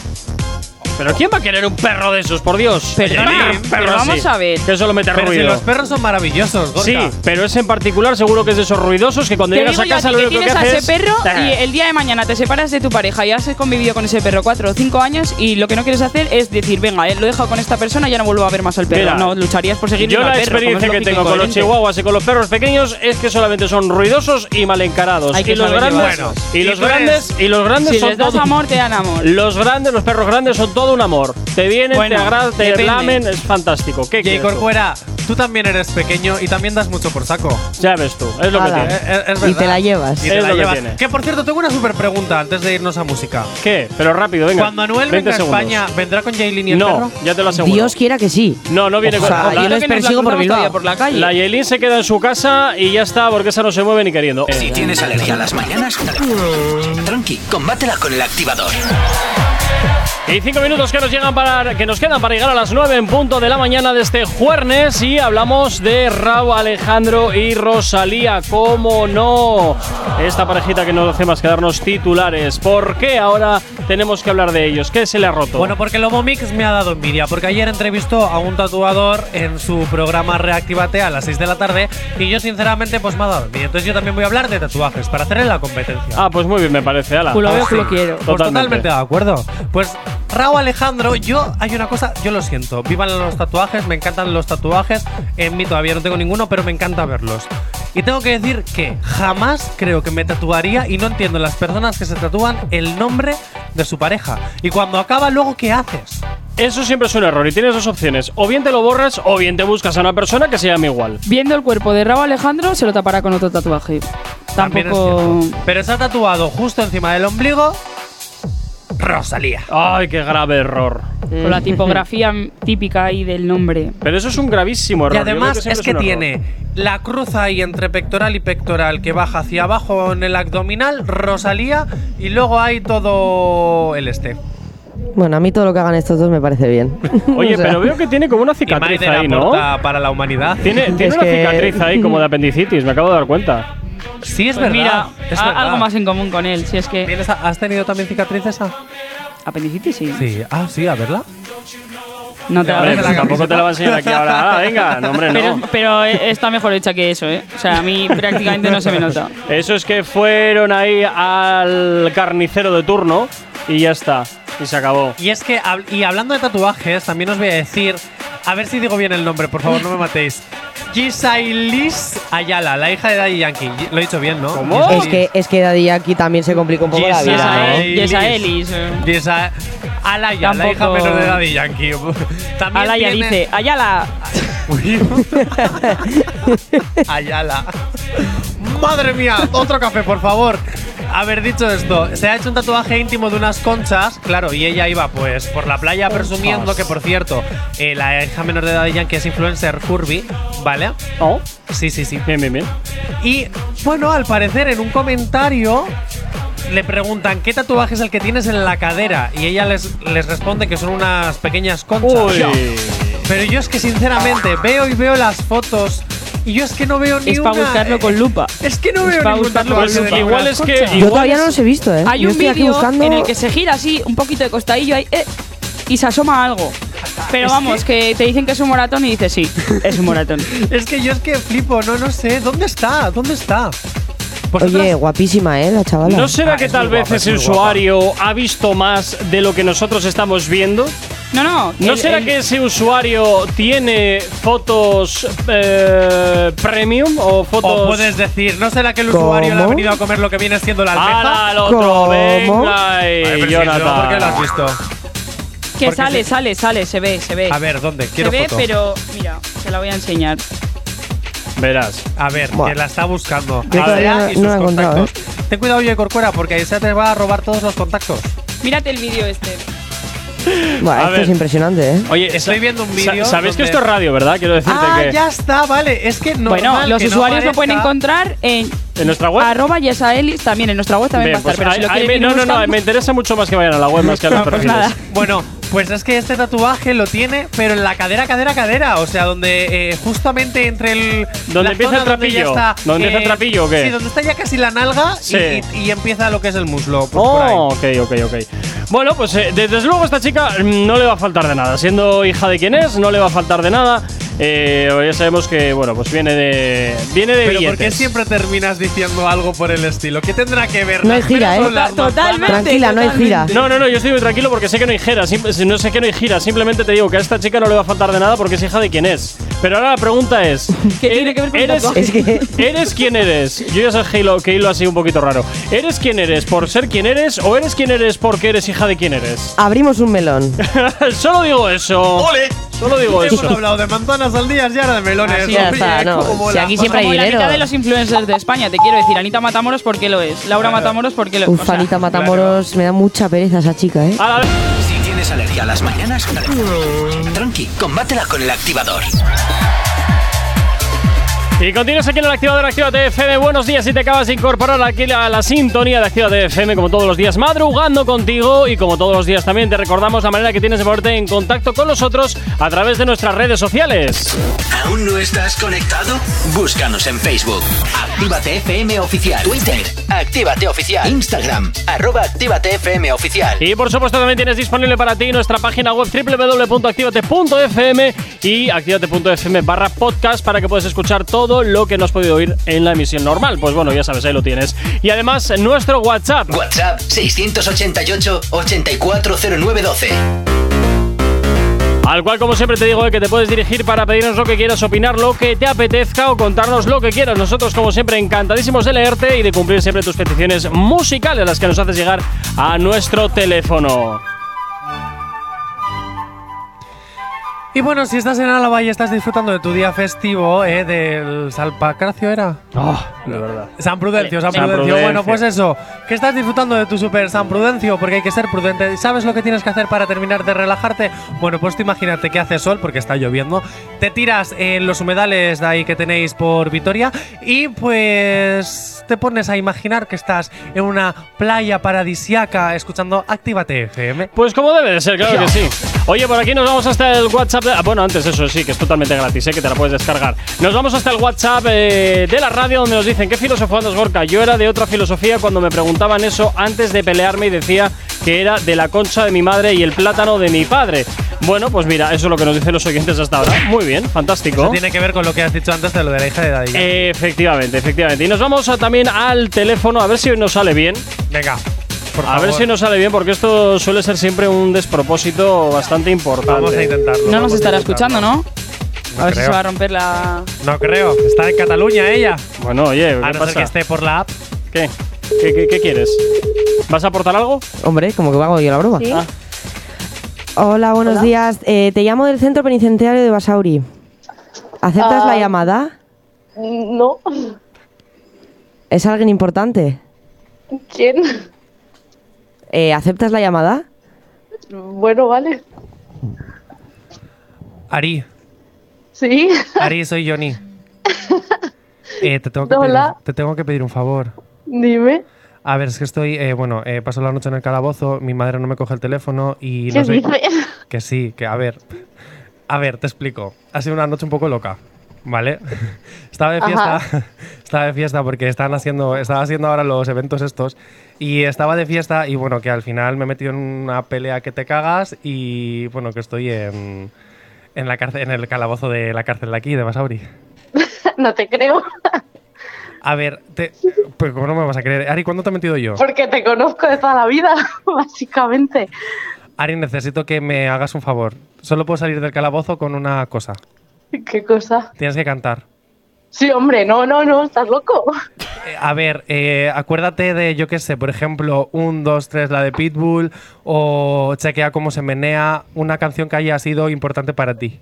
Speaker 2: Pero ¿quién va a querer un perro de esos, por Dios?
Speaker 3: Perdona,
Speaker 2: Oye, un
Speaker 3: pero vamos a ver.
Speaker 2: Que solo mete
Speaker 4: Pero si
Speaker 2: ruido.
Speaker 4: los perros son maravillosos, Gorka.
Speaker 2: Sí, pero ese en particular seguro que es de esos ruidosos que cuando
Speaker 3: Te
Speaker 2: llegas
Speaker 3: digo
Speaker 2: a
Speaker 3: yo a
Speaker 2: casa
Speaker 3: ti
Speaker 2: lo
Speaker 3: que
Speaker 2: único que
Speaker 3: tienes a
Speaker 2: haces
Speaker 3: ese perro
Speaker 2: Ah.
Speaker 3: y el día de mañana te separas de tu pareja y has convivido con ese perro cuatro o cinco años y lo que no quieres hacer es decir, venga, eh, lo he dejado con esta persona ya no vuelvo a ver más al perro.
Speaker 2: Mira,
Speaker 3: no, lucharías por seguir
Speaker 2: Yo
Speaker 3: viendo
Speaker 2: la
Speaker 3: al perro, como es
Speaker 2: experiencia que
Speaker 3: lógico y
Speaker 2: tengo con los
Speaker 3: coherente.
Speaker 2: chihuahuas y con los perros pequeños es que solamente son ruidosos y mal encarados.
Speaker 3: Hay que
Speaker 2: y los
Speaker 3: saber
Speaker 2: grandes,
Speaker 4: llevarlos.
Speaker 2: y
Speaker 4: Y
Speaker 2: los
Speaker 4: tú eres-
Speaker 2: grandes, y los grandes
Speaker 3: Si
Speaker 2: son
Speaker 3: les das
Speaker 2: todo-
Speaker 3: amor, te dan amor.
Speaker 2: Los grandes, los perros grandes son todo un amor. Te vienen,
Speaker 3: Bueno,
Speaker 2: te agradan, te
Speaker 3: depende.
Speaker 2: lamen, es fantástico. ¿Qué
Speaker 4: Jay
Speaker 2: quieres tú?
Speaker 4: Corcuera, tú también eres pequeño y también das mucho por saco.
Speaker 2: Ya ves tú, es lo que
Speaker 5: Ala.
Speaker 2: tiene.
Speaker 4: Eh, eh, es
Speaker 5: Y
Speaker 4: verdad.
Speaker 5: te la llevas.
Speaker 4: Y
Speaker 2: Es
Speaker 4: te la
Speaker 2: lo que
Speaker 4: llevas.
Speaker 2: tiene.
Speaker 4: Que por cierto, tengo una super pregunta antes de irnos a música.
Speaker 2: ¿Qué? Pero rápido, venga.
Speaker 4: Cuando Anuel
Speaker 2: 20
Speaker 4: venga a
Speaker 2: segundos.
Speaker 4: España, ¿vendrá con Jaylin y el
Speaker 2: no,
Speaker 4: perro?
Speaker 2: ya te lo aseguro.
Speaker 5: Dios quiera que sí.
Speaker 2: no, no viene
Speaker 5: O sea,
Speaker 2: con
Speaker 5: yo les persigo por Bilbao.
Speaker 3: por la calle.
Speaker 2: La Yelin se queda en su casa y ya está, porque esa no se mueve ni queriendo. Eh,
Speaker 1: Si tienes alergia a las mañanas, tranqui, combátela con el activador.
Speaker 2: Y cinco minutos que nos llegan para que nos quedan para llegar a las nueve en punto de la mañana de este jueves y hablamos de Raúl Alejandro y Rosalía, cómo no. Esta parejita que no hace más que darnos titulares. ¿Por qué ahora tenemos que hablar de ellos? ¿Qué se le ha roto?
Speaker 4: Bueno, porque Lobo Mix me ha dado envidia, porque ayer entrevistó a un tatuador en su programa Reactívate a las 6 de la tarde y yo sinceramente pues me ha dado envidia. Entonces yo también voy a hablar de tatuajes para hacerle la competencia.
Speaker 2: ah, pues muy bien, me parece, ala.
Speaker 3: Culo veo, culo quiero.
Speaker 4: Pues
Speaker 2: Totalmente.
Speaker 4: totalmente. de acuerdo. Pues Raúl Alejandro, yo hay una cosa, yo lo siento. Vivan los tatuajes, me encantan los tatuajes. En mí todavía no tengo ninguno, pero me encanta verlos. Y tengo que decir que jamás creo que me tatuaría y no entiendo las personas que se tatúan el nombre de su pareja. Y cuando acaba, luego, ¿qué haces?
Speaker 2: Eso siempre es un error y tienes dos opciones. O bien te lo borras o bien te buscas a una persona que se llame igual.
Speaker 3: Viendo el cuerpo de Raúl Alejandro, se lo tapará con otro tatuaje.
Speaker 4: También es
Speaker 3: Tampoco.
Speaker 4: cierto. Pero se ha tatuado justo encima del ombligo Rosalía.
Speaker 2: Ay, qué grave error.
Speaker 3: Con la tipografía m- típica ahí del nombre.
Speaker 2: Pero eso es un gravísimo error.
Speaker 4: Y
Speaker 2: Yo creo
Speaker 4: además
Speaker 2: siempre
Speaker 4: es que
Speaker 2: un error.
Speaker 4: tiene la cruz ahí entre pectoral y pectoral que baja hacia abajo en el abdominal, Rosalía, y luego hay todo el este.
Speaker 5: Bueno, a mí todo lo que hagan estos dos me parece bien.
Speaker 2: Oye,
Speaker 5: O sea,
Speaker 2: pero veo que tiene como una
Speaker 4: Y
Speaker 2: cicatriz
Speaker 4: Maide la
Speaker 2: ahí, ¿no?
Speaker 4: porta para la humanidad.
Speaker 2: Tiene, tiene
Speaker 5: Es
Speaker 2: una
Speaker 5: que-
Speaker 2: cicatriz ahí como de apendicitis, me acabo de dar cuenta.
Speaker 4: Sí, es
Speaker 3: Pues mira,
Speaker 4: verdad. es
Speaker 3: a-
Speaker 4: verdad.
Speaker 3: algo más en común con él, si es que.
Speaker 4: ¿Tienes- ¿Has tenido también cicatrices? ah?
Speaker 3: Apendicitis, sí.
Speaker 4: Sí, ah, sí, a verla.
Speaker 3: No te
Speaker 4: A
Speaker 3: la
Speaker 2: Hombre,
Speaker 3: ves.
Speaker 4: ver, la
Speaker 2: pues tampoco
Speaker 4: camiseta.
Speaker 2: te la va a enseñar aquí ahora. Ah, venga, no, hombre,
Speaker 3: Pero,
Speaker 2: no.
Speaker 3: pero eh, está mejor hecha que eso, ¿eh? O sea, a mí prácticamente no se me nota.
Speaker 2: Eso es que fueron ahí al carnicero de turno y ya está. Y se acabó.
Speaker 4: Y es que, hab- y hablando de tatuajes, también os voy a decir, a ver si digo bien el nombre, por favor, no me matéis. Gisailis Ayala, la hija de Daddy Yankee. Gi- Lo he dicho bien, ¿no?
Speaker 2: ¿Cómo?
Speaker 5: Es que, es que Daddy aquí también se complica un poco la
Speaker 4: Gisela, Yes,
Speaker 5: vida. ¿no?
Speaker 4: eh.
Speaker 3: Y esa Elis.
Speaker 4: Gisa Alaya, la hija
Speaker 3: Tampoco-
Speaker 4: menor de Daddy Yankee. también
Speaker 3: Alaya
Speaker 4: tiene-
Speaker 3: dice: Ayala.
Speaker 4: Uy. Ayala. Madre mía, otro café, por favor. Haber dicho esto, se ha hecho un tatuaje íntimo de unas conchas, claro, y ella iba pues por la playa presumiendo que, por cierto, eh, la hija menor de Daddy Yankee es influencer curvy, ¿vale?
Speaker 2: Oh,
Speaker 4: Sí, sí, sí.
Speaker 2: bien, bien, bien.
Speaker 4: Y bueno, al parecer en un comentario le preguntan qué tatuaje es el que tienes en la cadera y ella les, les responde que son unas pequeñas conchas.
Speaker 2: Uy.
Speaker 4: Pero yo es que sinceramente veo y veo las fotos y yo es que no veo ni
Speaker 3: Es
Speaker 4: una. eh,
Speaker 3: para buscarlo con lupa.
Speaker 4: Es que no
Speaker 3: es
Speaker 4: veo
Speaker 3: pa'
Speaker 4: ningún
Speaker 3: buscarlo
Speaker 2: con
Speaker 4: tatuaje de
Speaker 2: lupa.
Speaker 4: ninguna
Speaker 2: Igual es que-
Speaker 4: concha.
Speaker 5: Yo
Speaker 2: Igual
Speaker 5: todavía
Speaker 2: es-
Speaker 5: no los he visto, ¿eh?
Speaker 3: Hay
Speaker 5: Yo
Speaker 3: un
Speaker 5: estoy aquí
Speaker 3: vídeo
Speaker 5: buscando-
Speaker 3: en el que se gira así, un poquito de costadillo ahí, eh, y se asoma algo. Pero vamos, que te dicen que es un maratón y dices sí, es un maratón.
Speaker 4: Es que yo es que flipo, no, no sé. ¿Dónde está? ¿Dónde está?
Speaker 5: Oye,
Speaker 4: Vosotras-
Speaker 5: guapísima, ¿eh? La chavala.
Speaker 2: ¿No será
Speaker 4: Ah,
Speaker 2: que
Speaker 4: es
Speaker 2: tal
Speaker 4: muy
Speaker 2: vez
Speaker 4: guapa, es
Speaker 2: ese
Speaker 4: muy guapa.
Speaker 2: usuario ha visto más de lo que nosotros estamos viendo?
Speaker 3: No, no.
Speaker 2: ¿No
Speaker 3: el-
Speaker 2: será
Speaker 3: el-
Speaker 2: que ese usuario tiene fotos eh, premium o fotos.
Speaker 4: o puedes decir, ¿no será que el usuario le ha
Speaker 5: ¿Cómo?
Speaker 4: venido a comer lo que viene siendo la almeja?
Speaker 2: ¡Hala, al otro!
Speaker 5: ¿Cómo?
Speaker 2: ¡Venga! ahí,
Speaker 4: A ver, pero si
Speaker 2: Jonathan.
Speaker 4: no, ¿Por qué lo has visto?
Speaker 3: Que
Speaker 4: porque
Speaker 3: sale,
Speaker 4: sí.
Speaker 3: sale, sale, se ve, se ve.
Speaker 4: A ver, ¿dónde?
Speaker 3: Eh, se
Speaker 4: Quiero
Speaker 3: ve,
Speaker 4: foto.
Speaker 3: pero mira, se la voy a enseñar.
Speaker 2: Verás.
Speaker 4: A ver,
Speaker 5: Buah.
Speaker 4: que la está buscando.
Speaker 5: Yo
Speaker 4: A
Speaker 5: todavía
Speaker 4: ver, ah,
Speaker 5: no-
Speaker 4: y
Speaker 5: no
Speaker 4: sus
Speaker 5: la he encontrado, ¿eh?
Speaker 4: contactos. Ten cuidado, oye, Corcuera, porque ahí se te va a robar todos los contactos.
Speaker 3: Mírate el vídeo este.
Speaker 5: Buah,
Speaker 2: A
Speaker 5: esto
Speaker 2: ver.
Speaker 5: es impresionante, ¿eh?
Speaker 2: Oye,
Speaker 4: Estoy
Speaker 2: sa-
Speaker 4: viendo un
Speaker 2: sa-
Speaker 4: vídeo
Speaker 2: Sabéis que
Speaker 4: donde-
Speaker 2: esto es radio, ¿verdad? Quiero decirte
Speaker 4: Ah,
Speaker 2: que.
Speaker 4: ya está, vale. Es que no.
Speaker 3: bueno, los usuarios lo pueden encontrar en
Speaker 2: En nuestra web.
Speaker 3: arroba yesaelis, también en nuestra web también
Speaker 2: Bien,
Speaker 3: Ah, va a
Speaker 2: pues
Speaker 3: estar. Pero si
Speaker 2: ahí-
Speaker 3: lo
Speaker 2: ahí
Speaker 3: quieren
Speaker 2: me-
Speaker 3: ir
Speaker 2: no, no, no,
Speaker 3: buscando-
Speaker 2: me interesa mucho más que vayan a la web más que a los perfiles.
Speaker 3: nada.
Speaker 4: Bueno, pues es que este tatuaje lo tiene, pero en la cadera, cadera, cadera. O sea, donde eh, justamente entre el.
Speaker 2: Donde
Speaker 4: la
Speaker 2: empieza el
Speaker 4: zona donde ya
Speaker 2: trapillo.
Speaker 4: está, eh,
Speaker 2: ¿Donde empieza el trapillo o qué?
Speaker 4: Sí, donde está ya casi la nalga y-
Speaker 2: Sí.
Speaker 4: y, y empieza lo que es el muslo. pues, por ahí.
Speaker 2: Oh, ok, ok, ok. Bueno, pues eh, de- desde luego a esta chica mm, no le va a faltar de nada. Siendo hija de quien es, no le va a faltar de nada. Eh, ya sabemos que, bueno, pues viene de. Viene de
Speaker 4: Pero ¿por qué
Speaker 2: billetes.
Speaker 4: siempre terminas diciendo algo por el estilo? ¿Qué tendrá que ver?
Speaker 5: No hay
Speaker 4: las
Speaker 5: gira,
Speaker 4: peras
Speaker 5: ¿eh?
Speaker 4: con las
Speaker 3: Totalmente.
Speaker 4: manzanas?
Speaker 5: Tranquila, no hay gira.
Speaker 2: No, no, no, yo estoy muy tranquilo porque sé que no hay gira. sim- No sé que no hay gira. Simplemente te digo que a esta chica no le va a faltar de nada porque es hija de quien es. Pero ahora la pregunta es:
Speaker 3: ¿Qué tiene que ver con el
Speaker 2: eres,
Speaker 3: tatuaje?
Speaker 5: Es que
Speaker 2: ¿Eres quien eres? Yo ya sé que hilo, que hilo así un poquito raro. ¿Eres quien eres por ser quien eres o eres quien eres porque eres hija de quien eres?
Speaker 5: abrimos un melón.
Speaker 2: Solo digo eso.
Speaker 4: ¡Ole!
Speaker 2: Solo digo
Speaker 4: Hemos
Speaker 2: eso.
Speaker 4: hablado de manzanas al día y ahora de melones.
Speaker 5: Así ya está, no.
Speaker 4: cómo
Speaker 5: Si
Speaker 4: la-
Speaker 5: aquí siempre hay
Speaker 3: Como la
Speaker 5: dinero.
Speaker 3: mitad de los influencers de España, te quiero decir. Anita Matamoros, ¿por qué lo es? Laura Matamoros, ¿por qué lo es?
Speaker 5: Uf,
Speaker 3: O sea,
Speaker 5: Anita Matamoros, me da mucha pereza esa chica, ¿eh?
Speaker 2: A la vez-
Speaker 1: Si tienes alergia a las mañanas, tranqui, combátela con el activador.
Speaker 2: Y continúas aquí en el activador Actívate FM. Buenos días si te acabas de incorporar aquí a la sintonía de Actívate FM como todos los días, madrugando contigo y como todos los días también te recordamos la manera que tienes de ponerte en contacto con nosotros a través de nuestras redes sociales.
Speaker 1: ¿Aún no estás conectado? Búscanos en Facebook. Actívate FM Oficial. Twitter. Actívate Oficial. Instagram. Arroba Actívate FM Oficial.
Speaker 2: Y por supuesto también tienes disponible para ti nuestra página web www.activate.fm y activate.fm barra podcast para que puedas escuchar todo lo que no has podido oír en la emisión normal. Pues bueno, ya sabes, ahí lo tienes. Y además nuestro WhatsApp.
Speaker 1: WhatsApp 688-840912.
Speaker 2: Al cual, como siempre te digo, eh, que te puedes dirigir para pedirnos lo que quieras, opinar lo que te apetezca o contarnos lo que quieras. Nosotros, como siempre, encantadísimos de leerte y de cumplir siempre tus peticiones musicales, las que nos haces llegar a nuestro teléfono.
Speaker 4: Y bueno, si estás en Álava y estás disfrutando de tu día festivo, ¿eh? Del Salpacracio era.
Speaker 2: de verdad.
Speaker 4: San Prudencio, San
Speaker 2: San
Speaker 4: Prudencio.
Speaker 2: Prudencio.
Speaker 4: Bueno, pues eso, que estás disfrutando de tu super San Prudencio porque hay que ser prudente. ¿Sabes lo que tienes que hacer para terminar de relajarte? Bueno, pues tú imagínate que hace sol porque está lloviendo. Te tiras en los humedales de ahí que tenéis por Vitoria y pues te pones a imaginar que estás en una playa paradisiaca escuchando Actívate FM.
Speaker 2: Pues como debe de ser, claro que sí. Oye, por aquí nos vamos hasta el WhatsApp. de- ah, bueno, antes eso sí, que es totalmente gratis, ¿eh? que te la puedes descargar. Nos vamos hasta el WhatsApp eh, de la radio donde nos dicen, ¿qué filosofía andas, Gorka? Yo era de otra filosofía cuando me preguntaban eso antes de pelearme y decía que era de la concha de mi madre y el plátano de mi padre. Bueno, pues mira, eso es lo que nos dicen los oyentes hasta ahora. Muy bien, fantástico.
Speaker 4: Eso tiene que ver con lo que has dicho antes de lo de la hija de
Speaker 2: Eh,
Speaker 4: Daddy. Yankee.
Speaker 2: Efectivamente, efectivamente. Y nos vamos a- también al teléfono, a ver si hoy nos sale bien.
Speaker 4: Venga, por
Speaker 2: A ver
Speaker 4: favor,
Speaker 2: si nos sale bien, porque esto suele ser siempre un despropósito bastante importante.
Speaker 4: Vamos a intentarlo.
Speaker 3: No
Speaker 4: vamos
Speaker 3: nos
Speaker 4: a
Speaker 3: estará
Speaker 4: intentarlo.
Speaker 3: escuchando, ¿no?
Speaker 4: No
Speaker 3: A ver si se
Speaker 4: creo.
Speaker 3: va a romper la.
Speaker 4: No creo, está en Cataluña ella.
Speaker 2: Bueno, oye,
Speaker 4: A
Speaker 2: ¿qué
Speaker 4: no ser que
Speaker 2: pasa?
Speaker 4: esté por la app.
Speaker 2: ¿Qué? ¿Qué, qué, qué quieres? ¿Vas a aportar algo?
Speaker 5: Hombre, como que hago yo la broma.
Speaker 7: Sí.
Speaker 2: Ah.
Speaker 5: Hola, buenos días. Eh, te llamo del Centro Penitenciario de Basauri. ¿Aceptas la
Speaker 7: Ah.
Speaker 5: llamada?
Speaker 7: No.
Speaker 5: ¿Es alguien importante?
Speaker 7: ¿Quién?
Speaker 5: Eh, ¿Aceptas la llamada?
Speaker 7: Bueno, vale.
Speaker 4: Ari,
Speaker 7: Sí.
Speaker 4: Ari, soy Johnny. Eh, te, tengo que pedir,
Speaker 7: Hola.
Speaker 4: te tengo que pedir un favor.
Speaker 7: Dime.
Speaker 4: A ver, es que estoy, eh, bueno, eh, paso la noche en el calabozo, mi madre no me coge el teléfono y
Speaker 7: ¿Qué
Speaker 4: no sé.
Speaker 7: dices?
Speaker 4: Que sí, que a ver. A ver, te explico. Ha sido una noche un poco loca, ¿vale? estaba de fiesta, estaba de fiesta porque estaban haciendo, estaba haciendo ahora los eventos estos y estaba de fiesta y bueno, que al final me he metido en una pelea que te cagas y bueno, que estoy en, en la cárcel, en el calabozo de la cárcel de aquí, de Basauri.
Speaker 7: No te creo.
Speaker 4: A ver, te, pues ¿cómo no me vas a creer? Ari, ¿cuándo te he metido yo?
Speaker 7: Porque te conozco de toda la vida, básicamente.
Speaker 4: Ari, necesito que me hagas un favor. Solo puedo salir del calabozo con una cosa.
Speaker 7: Qué cosa.
Speaker 4: Tienes que cantar.
Speaker 7: Sí, hombre, no, no, no, estás loco.
Speaker 4: Eh, A ver, eh, acuérdate de, yo qué sé, por ejemplo, un, dos, tres, la de Pitbull, o chequea cómo se menea, una canción que haya sido importante para ti.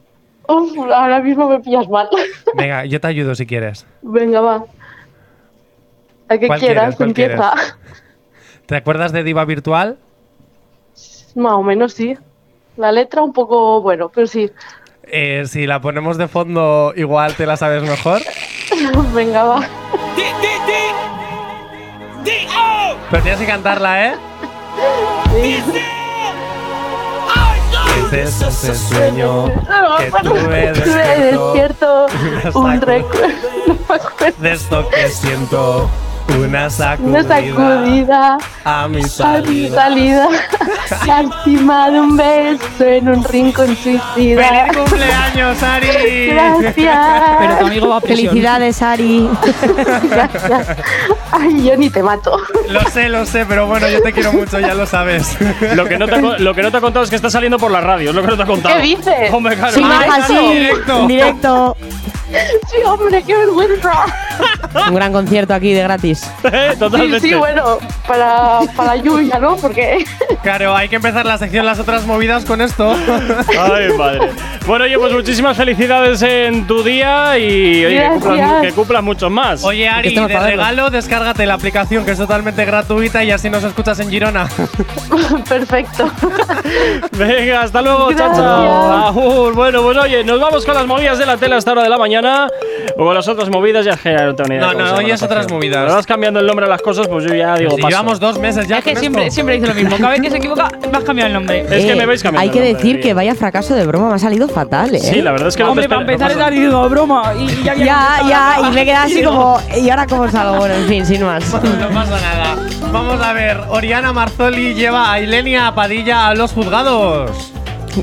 Speaker 7: Uf, ahora mismo me pillas mal.
Speaker 4: Venga, yo te ayudo si quieres.
Speaker 7: Venga, va. A que
Speaker 4: ¿Cuál quieres?
Speaker 7: quieras,
Speaker 4: ¿Cuál
Speaker 7: empieza.
Speaker 4: ¿Te acuerdas de Diva Virtual?
Speaker 7: Más o menos, sí. La letra un poco, bueno, pero sí.
Speaker 4: Eh, si la ponemos de fondo, igual te la sabes mejor.
Speaker 7: Venga, va.
Speaker 4: Pero tienes que cantarla, ¿eh? Es ese sueño que tuve
Speaker 7: Me
Speaker 4: despierto
Speaker 7: despierto
Speaker 4: Me
Speaker 7: un
Speaker 4: saco.
Speaker 7: recuerdo.
Speaker 4: de esto que siento. Una sacudida.
Speaker 7: Una sacudida
Speaker 4: A mi
Speaker 7: a mi
Speaker 4: salida.
Speaker 7: salida. Lástima de un beso en un rincón suicida.
Speaker 4: ¡Feliz cumpleaños, Ari!
Speaker 3: Pero tu
Speaker 7: Gracias.
Speaker 3: amigo va a prisión.
Speaker 5: Felicidades, Ari.
Speaker 7: Gracias. Ay, yo ni te mato.
Speaker 4: Lo sé, lo sé, pero bueno, yo te quiero mucho, ya lo sabes.
Speaker 2: Lo que, no te, ha co- lo que no te ha contado es que está saliendo por la radio, es lo que no te ha contado.
Speaker 7: ¿Qué dices?
Speaker 2: Hombre, claro.
Speaker 5: Sí,
Speaker 2: Ah,
Speaker 5: maja,
Speaker 4: claro,
Speaker 5: sí.
Speaker 4: directo.
Speaker 5: En directo.
Speaker 7: Sí, hombre, qué vergüenza.
Speaker 5: Un gran concierto aquí de gratis.
Speaker 2: eh,
Speaker 7: Sí,
Speaker 2: Totalmente.
Speaker 7: sí, bueno, para, para Yuya, ¿no? Porque
Speaker 4: Claro, hay que empezar la sección Las otras movidas con esto.
Speaker 2: Ay, madre. Bueno, oye, pues muchísimas felicidades en tu día y oye, que,
Speaker 7: Gracias.
Speaker 2: cumplas, mu- que cumplas muchos más.
Speaker 4: Oye, Ari,
Speaker 5: Esto no es
Speaker 4: de
Speaker 5: para verlo.
Speaker 4: regalo, descárgate la aplicación que es totalmente gratuita y así nos escuchas en Girona.
Speaker 7: perfecto.
Speaker 2: Venga, hasta luego, chao, chao.
Speaker 7: Gracias.
Speaker 2: Agur. Bueno, pues oye, nos vamos con las movidas de la tele hasta hora de la mañana. O con las otras movidas, ya es que ya no tengo ni idea.
Speaker 4: No,
Speaker 2: cómo
Speaker 4: no,
Speaker 2: se llama
Speaker 4: hoy
Speaker 2: la
Speaker 4: es otras
Speaker 2: canción.
Speaker 4: movidas.
Speaker 2: Cuando vas cambiando el nombre a las cosas, pues yo ya digo
Speaker 4: Y
Speaker 2: paso.
Speaker 4: llevamos dos meses ya.
Speaker 3: Es que
Speaker 4: con
Speaker 3: siempre,
Speaker 4: esto.
Speaker 3: siempre dice lo mismo. Cada vez que se equivoca, me has cambiado el nombre.
Speaker 2: Es que
Speaker 5: Eh,
Speaker 2: me vais cambiando.
Speaker 5: Hay que
Speaker 2: el nombre,
Speaker 5: decir que
Speaker 2: bien.
Speaker 5: vaya fracaso de broma, me ha salido fatal, ¿eh?
Speaker 2: Sí, la verdad es que
Speaker 3: Hombre,
Speaker 2: no
Speaker 3: para
Speaker 2: te
Speaker 3: empezar,
Speaker 2: esperas,
Speaker 3: es
Speaker 2: no pasa
Speaker 3: la digo, broma. Y, y ya, había
Speaker 5: Ya,
Speaker 3: empezado la
Speaker 5: ya,
Speaker 3: broma.
Speaker 5: y me he quedado así como. ¿Y ahora cómo salgo? Bueno, en fin, sin más.
Speaker 4: No pasa nada. Vamos a ver, Oriana Marzoli lleva a Ilenia Padilla a los juzgados.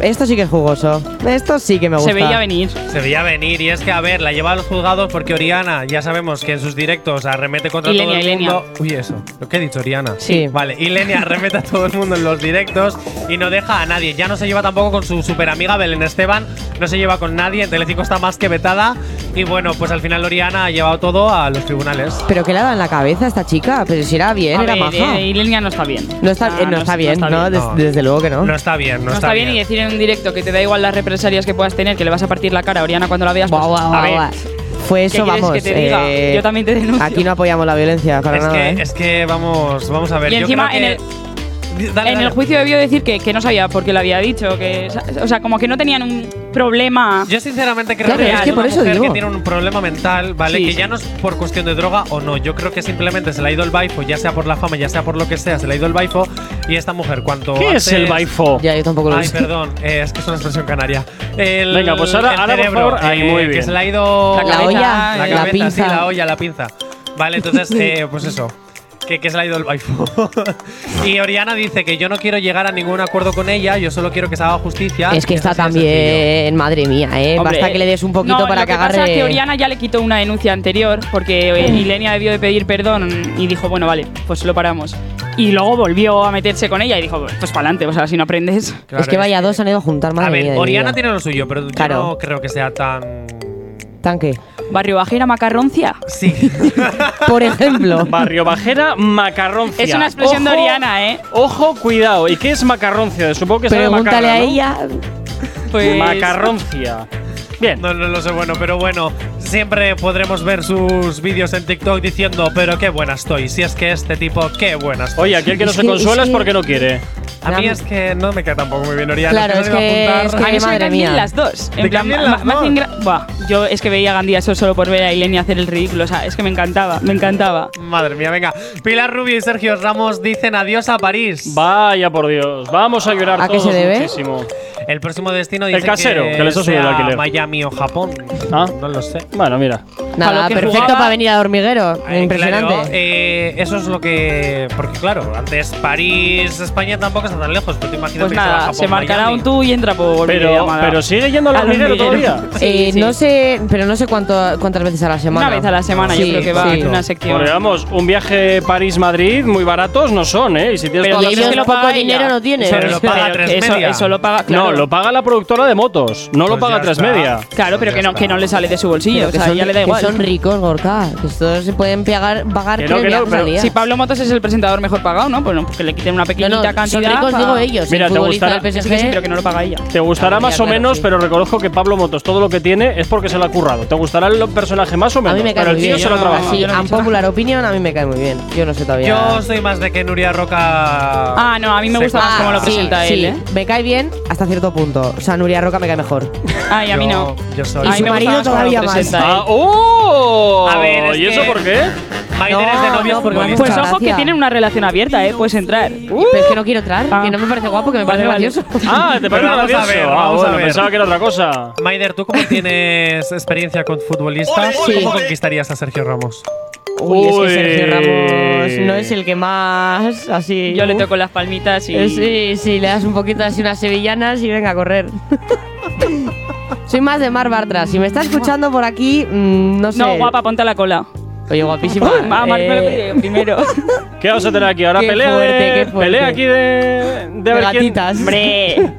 Speaker 5: Esto sí que es jugoso. Esto sí que me gusta.
Speaker 3: Se veía venir.
Speaker 4: Se veía venir y es que, a ver, la lleva a los juzgados porque Oriana, ya sabemos que en sus directos arremete contra
Speaker 3: Ilenia,
Speaker 4: todo el
Speaker 3: Ilenia.
Speaker 4: mundo. Uy, eso. ¿Lo que he dicho, Oriana?
Speaker 5: Sí.
Speaker 4: Vale, Ilenia arremete a todo el mundo en los directos y no deja a nadie. Ya no se lleva tampoco con su superamiga Belén Esteban, no se lleva con nadie, en Telecinco está más que vetada y bueno, pues al final Oriana ha llevado todo a los tribunales.
Speaker 5: ¿Pero qué le ha dado en la cabeza a esta chica? Pero si era bien,
Speaker 3: A
Speaker 5: era
Speaker 3: ver,
Speaker 5: maja.
Speaker 3: eh, Ilenia no está bien.
Speaker 5: No está, eh,
Speaker 3: Ah,
Speaker 5: no está bien, ¿no? Des-
Speaker 4: No.
Speaker 5: Desde luego que no.
Speaker 4: No está bien, no,
Speaker 3: No está bien y decir en un directo que te da igual las represalias que puedas tener, que le vas a partir la cara a Oriana cuando la veas.
Speaker 5: Buah,
Speaker 3: pues,
Speaker 5: buah,
Speaker 3: a
Speaker 5: buah,
Speaker 3: ver,
Speaker 5: buah. Fue eso,
Speaker 3: quieres
Speaker 5: vamos.
Speaker 3: que te diga?
Speaker 5: eh,
Speaker 3: Yo también te denuncio.
Speaker 5: Aquí no apoyamos la violencia, para
Speaker 4: es,
Speaker 5: nada.
Speaker 4: que,
Speaker 5: ¿eh?
Speaker 4: es que vamos, vamos a ver.
Speaker 3: Y
Speaker 4: yo
Speaker 3: encima
Speaker 4: creo
Speaker 3: en
Speaker 4: que- Dale,
Speaker 3: En
Speaker 4: dale.
Speaker 3: el juicio debió decir que, que no sabía por qué lo había dicho, que o sea, como que no tenían un problema.
Speaker 4: Yo sinceramente creo
Speaker 5: Claro,
Speaker 4: que
Speaker 5: es
Speaker 4: hay
Speaker 5: que
Speaker 4: una
Speaker 5: por eso
Speaker 4: mujer
Speaker 5: digo.
Speaker 4: que tiene un problema mental, ¿vale?
Speaker 3: Sí,
Speaker 4: que
Speaker 3: sí.
Speaker 4: ya no es por cuestión de droga o no. Yo creo que simplemente se le ha ido el baifo, ya sea por la fama, ya sea por lo que sea, se le ha ido el baifo. Y esta mujer, cuanto.
Speaker 2: nada. ¿Qué es
Speaker 4: hace-
Speaker 2: el baifo?
Speaker 5: Ya, yo tampoco lo
Speaker 4: Ay,
Speaker 5: sé.
Speaker 4: perdón, eh, es que es una expresión canaria. El-
Speaker 2: Venga, pues ahora-
Speaker 4: el
Speaker 2: ahora, por
Speaker 4: cerebro, eh,
Speaker 2: favor, ahí, muy
Speaker 4: Que
Speaker 2: bien.
Speaker 4: se le ha ido.
Speaker 3: La
Speaker 5: La
Speaker 3: cabeza,
Speaker 5: olla,
Speaker 3: eh,
Speaker 4: la,
Speaker 5: la,
Speaker 4: cabeza,
Speaker 5: pinza.
Speaker 4: sí, la olla, la pinza. Vale, entonces, eh, pues eso. Que, que se le ha ido el baifo. y Oriana dice que yo no quiero llegar a ningún acuerdo con ella, yo solo quiero que se haga justicia.
Speaker 5: Es que
Speaker 4: Eso
Speaker 5: está
Speaker 4: sí sencillo.
Speaker 5: también, madre mía, ¿eh?
Speaker 3: Hombre,
Speaker 5: Basta que le des un poquito
Speaker 3: no,
Speaker 5: para
Speaker 3: lo
Speaker 5: que
Speaker 3: que
Speaker 5: agarre.
Speaker 3: Pasa es que Oriana ya le quitó una denuncia anterior porque eh, Ilenia debió de pedir perdón y dijo, bueno, vale, pues lo paramos. Y luego volvió a meterse con ella y dijo, pues para adelante, o sea, si no aprendes.
Speaker 4: Claro,
Speaker 5: es que vaya dos han ido a juntar, madre
Speaker 4: a ver,
Speaker 5: mía. de mi
Speaker 4: Oriana
Speaker 5: vida.
Speaker 4: tiene lo suyo, pero yo
Speaker 5: Claro.
Speaker 4: no creo que sea tan.
Speaker 5: Tanque.
Speaker 3: Barrio Bajera Macarroncia.
Speaker 4: Sí.
Speaker 5: Por ejemplo.
Speaker 2: Barrio Bajera Macarroncia.
Speaker 3: Es una expresión de
Speaker 2: Ojo,
Speaker 3: Oriana, ¿eh?
Speaker 2: Ojo, cuidado. ¿Y qué es macarroncia? Supongo que sabe
Speaker 5: Pregúntale
Speaker 2: macarra,
Speaker 5: a
Speaker 2: ¿no?
Speaker 5: ella.
Speaker 3: Pues-
Speaker 2: Macarroncia. Bien.
Speaker 4: no, no lo sé, bueno, pero bueno, siempre podremos ver sus vídeos en TikTok diciendo, pero qué buena estoy. Si es que este tipo, qué buena estoy.
Speaker 2: Oye, aquí el que no
Speaker 5: Es
Speaker 2: se
Speaker 5: que-
Speaker 2: consuela es
Speaker 5: es que-
Speaker 2: porque no quiere.
Speaker 4: A mí
Speaker 5: Nam-
Speaker 4: es que no me queda tampoco muy bien Oriana.
Speaker 5: Claro,
Speaker 4: no
Speaker 5: es
Speaker 4: le iba a
Speaker 5: que-
Speaker 4: apuntar.
Speaker 5: es que-
Speaker 3: A mí se me
Speaker 5: madre
Speaker 3: caen bien
Speaker 5: mía.
Speaker 3: las dos.
Speaker 4: ¿Te
Speaker 3: En plan,
Speaker 4: caen bien
Speaker 3: ma-
Speaker 4: las
Speaker 3: ma-
Speaker 4: dos?
Speaker 3: Mazin Gra- Buah, yo es que veía a Gandía eso solo por ver a Ilenia hacer el ridículo. O sea, es que me encantaba, me encantaba.
Speaker 4: Madre mía, venga. Pilar Rubio y Sergio Ramos dicen adiós a París.
Speaker 2: Vaya por Dios. Vamos a llorar
Speaker 5: ¿A qué
Speaker 2: todos
Speaker 5: se debe?
Speaker 2: muchísimo.
Speaker 4: El próximo destino
Speaker 2: El
Speaker 4: dice
Speaker 2: casero,
Speaker 4: que,
Speaker 2: que les ha subido el
Speaker 4: sea
Speaker 2: alquiler.
Speaker 4: Miami o Japón.
Speaker 2: Ah.
Speaker 4: No lo sé.
Speaker 2: Bueno, mira.
Speaker 3: Para lo
Speaker 5: Nada,
Speaker 3: que
Speaker 5: perfecto
Speaker 3: jugaba-
Speaker 5: para venir a hormiguero.
Speaker 4: Eh,
Speaker 5: Impresionante.
Speaker 4: claro, eh, eso es lo que. Porque, claro, antes París, España tampoco está tan lejos. Pero te imaginas
Speaker 3: Pues
Speaker 4: que se va a
Speaker 3: nada,
Speaker 4: Japón,
Speaker 3: se marcará
Speaker 4: Miami.
Speaker 3: un tú y entra por
Speaker 2: Pero,
Speaker 3: videollamada.
Speaker 2: pero sigue yendo
Speaker 5: Ah,
Speaker 2: al
Speaker 3: Al
Speaker 2: hormiguero
Speaker 3: hormiguero.
Speaker 2: todavía.
Speaker 3: Sí,
Speaker 5: Eh,
Speaker 3: sí.
Speaker 5: No sé, pero no sé cuánto, cuántas veces a la semana.
Speaker 3: Una vez a la semana
Speaker 5: Sí,
Speaker 3: yo creo que va
Speaker 5: sí.
Speaker 3: en una
Speaker 2: Porque
Speaker 3: sección.
Speaker 2: vamos, un viaje París-Madrid muy baratos no son, ¿eh? Y si tienes
Speaker 5: Pero
Speaker 2: toda
Speaker 5: y
Speaker 2: la
Speaker 5: ellos
Speaker 2: semana-
Speaker 3: lo
Speaker 5: poco
Speaker 3: paga
Speaker 5: dinero
Speaker 3: ella.
Speaker 5: no tienen.
Speaker 4: Pero lo paga
Speaker 3: Pero
Speaker 4: tres
Speaker 3: que eso,
Speaker 4: media.
Speaker 3: eso lo paga, claro.
Speaker 2: No, lo paga la productora de motos, no lo
Speaker 4: Pues
Speaker 2: paga
Speaker 4: ya
Speaker 2: Tres
Speaker 4: está.
Speaker 2: Media.
Speaker 3: Claro, pero
Speaker 4: Ya
Speaker 3: que no,
Speaker 4: está.
Speaker 3: que no le sale de su bolsillo,
Speaker 5: Pero
Speaker 3: o
Speaker 5: que
Speaker 3: sea,
Speaker 5: son-
Speaker 3: ya le da
Speaker 5: que
Speaker 3: igual.
Speaker 5: son ricos, Gorka. Que estos se pueden pagar, pagar
Speaker 2: Que no,
Speaker 5: tres
Speaker 2: que no,
Speaker 5: viajes al
Speaker 2: pero-
Speaker 5: día.
Speaker 3: Si Pablo Motos es el presentador mejor pagado, ¿no? Pues no, que le quiten una pequeñita
Speaker 5: no, no, son
Speaker 3: cantidad.
Speaker 5: ricos,
Speaker 3: pa-
Speaker 5: digo ellos.
Speaker 2: Mira,
Speaker 5: el
Speaker 2: te gustará-
Speaker 5: futbolista del
Speaker 3: Es
Speaker 5: PSG.
Speaker 3: que sí, pero que no lo paga ella.
Speaker 2: Te gustará
Speaker 5: Claro,
Speaker 2: más
Speaker 5: ya,
Speaker 2: o
Speaker 5: claro,
Speaker 2: menos,
Speaker 5: sí.
Speaker 2: pero reconozco que Pablo Motos todo lo que tiene es porque se lo ha currado. Te gustará el personaje más o
Speaker 5: a
Speaker 2: menos,
Speaker 5: mí me cae
Speaker 2: pero el
Speaker 5: muy
Speaker 2: tío
Speaker 5: bien.
Speaker 2: se lo ha
Speaker 5: Yo no-
Speaker 2: trabajado.
Speaker 5: así,
Speaker 3: Yo no
Speaker 5: a
Speaker 3: pienso.
Speaker 5: popular opinión, a mí me cae muy bien. Yo no sé todavía.
Speaker 4: Yo soy más de que Nuria Roca.
Speaker 3: Ah, no, a mí me
Speaker 4: se
Speaker 3: gusta más
Speaker 4: coma.
Speaker 3: cómo lo
Speaker 5: sí,
Speaker 3: presenta
Speaker 5: sí.
Speaker 3: él, ¿eh?
Speaker 5: Me cae bien hasta cierto punto. O sea, Nuria Roca me cae mejor.
Speaker 3: Ay, a mí no.
Speaker 4: Yo- Yo soy.
Speaker 5: Y
Speaker 3: A mí
Speaker 5: su
Speaker 3: me gusta
Speaker 5: marido
Speaker 3: más cómo lo
Speaker 5: todavía más.
Speaker 3: presenta él.
Speaker 2: Ah, ¡Oh!
Speaker 4: A ver, es
Speaker 2: ¿Y eso
Speaker 4: que-
Speaker 2: por qué?
Speaker 4: Maite eres de
Speaker 5: No,
Speaker 4: novio
Speaker 5: no, porque me
Speaker 4: futbolista.
Speaker 3: Pues
Speaker 5: Muchas
Speaker 3: ojo que
Speaker 5: gracias. Uh.
Speaker 3: tienen una relación abierta, ¿eh? Puedes entrar.
Speaker 5: Pero es que no quiero entrar,
Speaker 3: Ah.
Speaker 5: que no me parece guapo, que me
Speaker 3: Vale,
Speaker 5: parece
Speaker 3: vale.
Speaker 5: gracioso.
Speaker 2: Ah, te
Speaker 4: Pero
Speaker 2: parece
Speaker 4: vamos a
Speaker 2: gracioso.
Speaker 4: ver,
Speaker 2: Ah,
Speaker 4: vamos a
Speaker 2: bueno,
Speaker 4: ver.
Speaker 2: pensaba que era otra cosa.
Speaker 4: Maider, ¿tú cómo tienes experiencia con futbolistas?
Speaker 5: Sí.
Speaker 4: ¿Cómo conquistarías a Sergio Ramos?
Speaker 5: Uy, es que Sergio
Speaker 2: Uy.
Speaker 5: Ramos no es el que más así.
Speaker 3: Yo le
Speaker 5: uf.
Speaker 3: toco las palmitas y.
Speaker 5: Eh, Sí, sí, le das un poquito así unas sevillanas y venga a correr. Soy más de Mar Bartra. Si me está escuchando por aquí, mm, no sé.
Speaker 3: No, guapa, ponte la cola.
Speaker 5: Oye, guapísima.
Speaker 3: Va, Marc me lo
Speaker 5: eh,
Speaker 3: pide primero.
Speaker 2: ¿Qué vamos a tener aquí? Ahora
Speaker 5: Qué
Speaker 2: pelea
Speaker 5: fuerte,
Speaker 2: de,
Speaker 5: qué fuerte.
Speaker 2: pelea aquí de de a ver quién-
Speaker 5: gatitas.
Speaker 3: Hombre.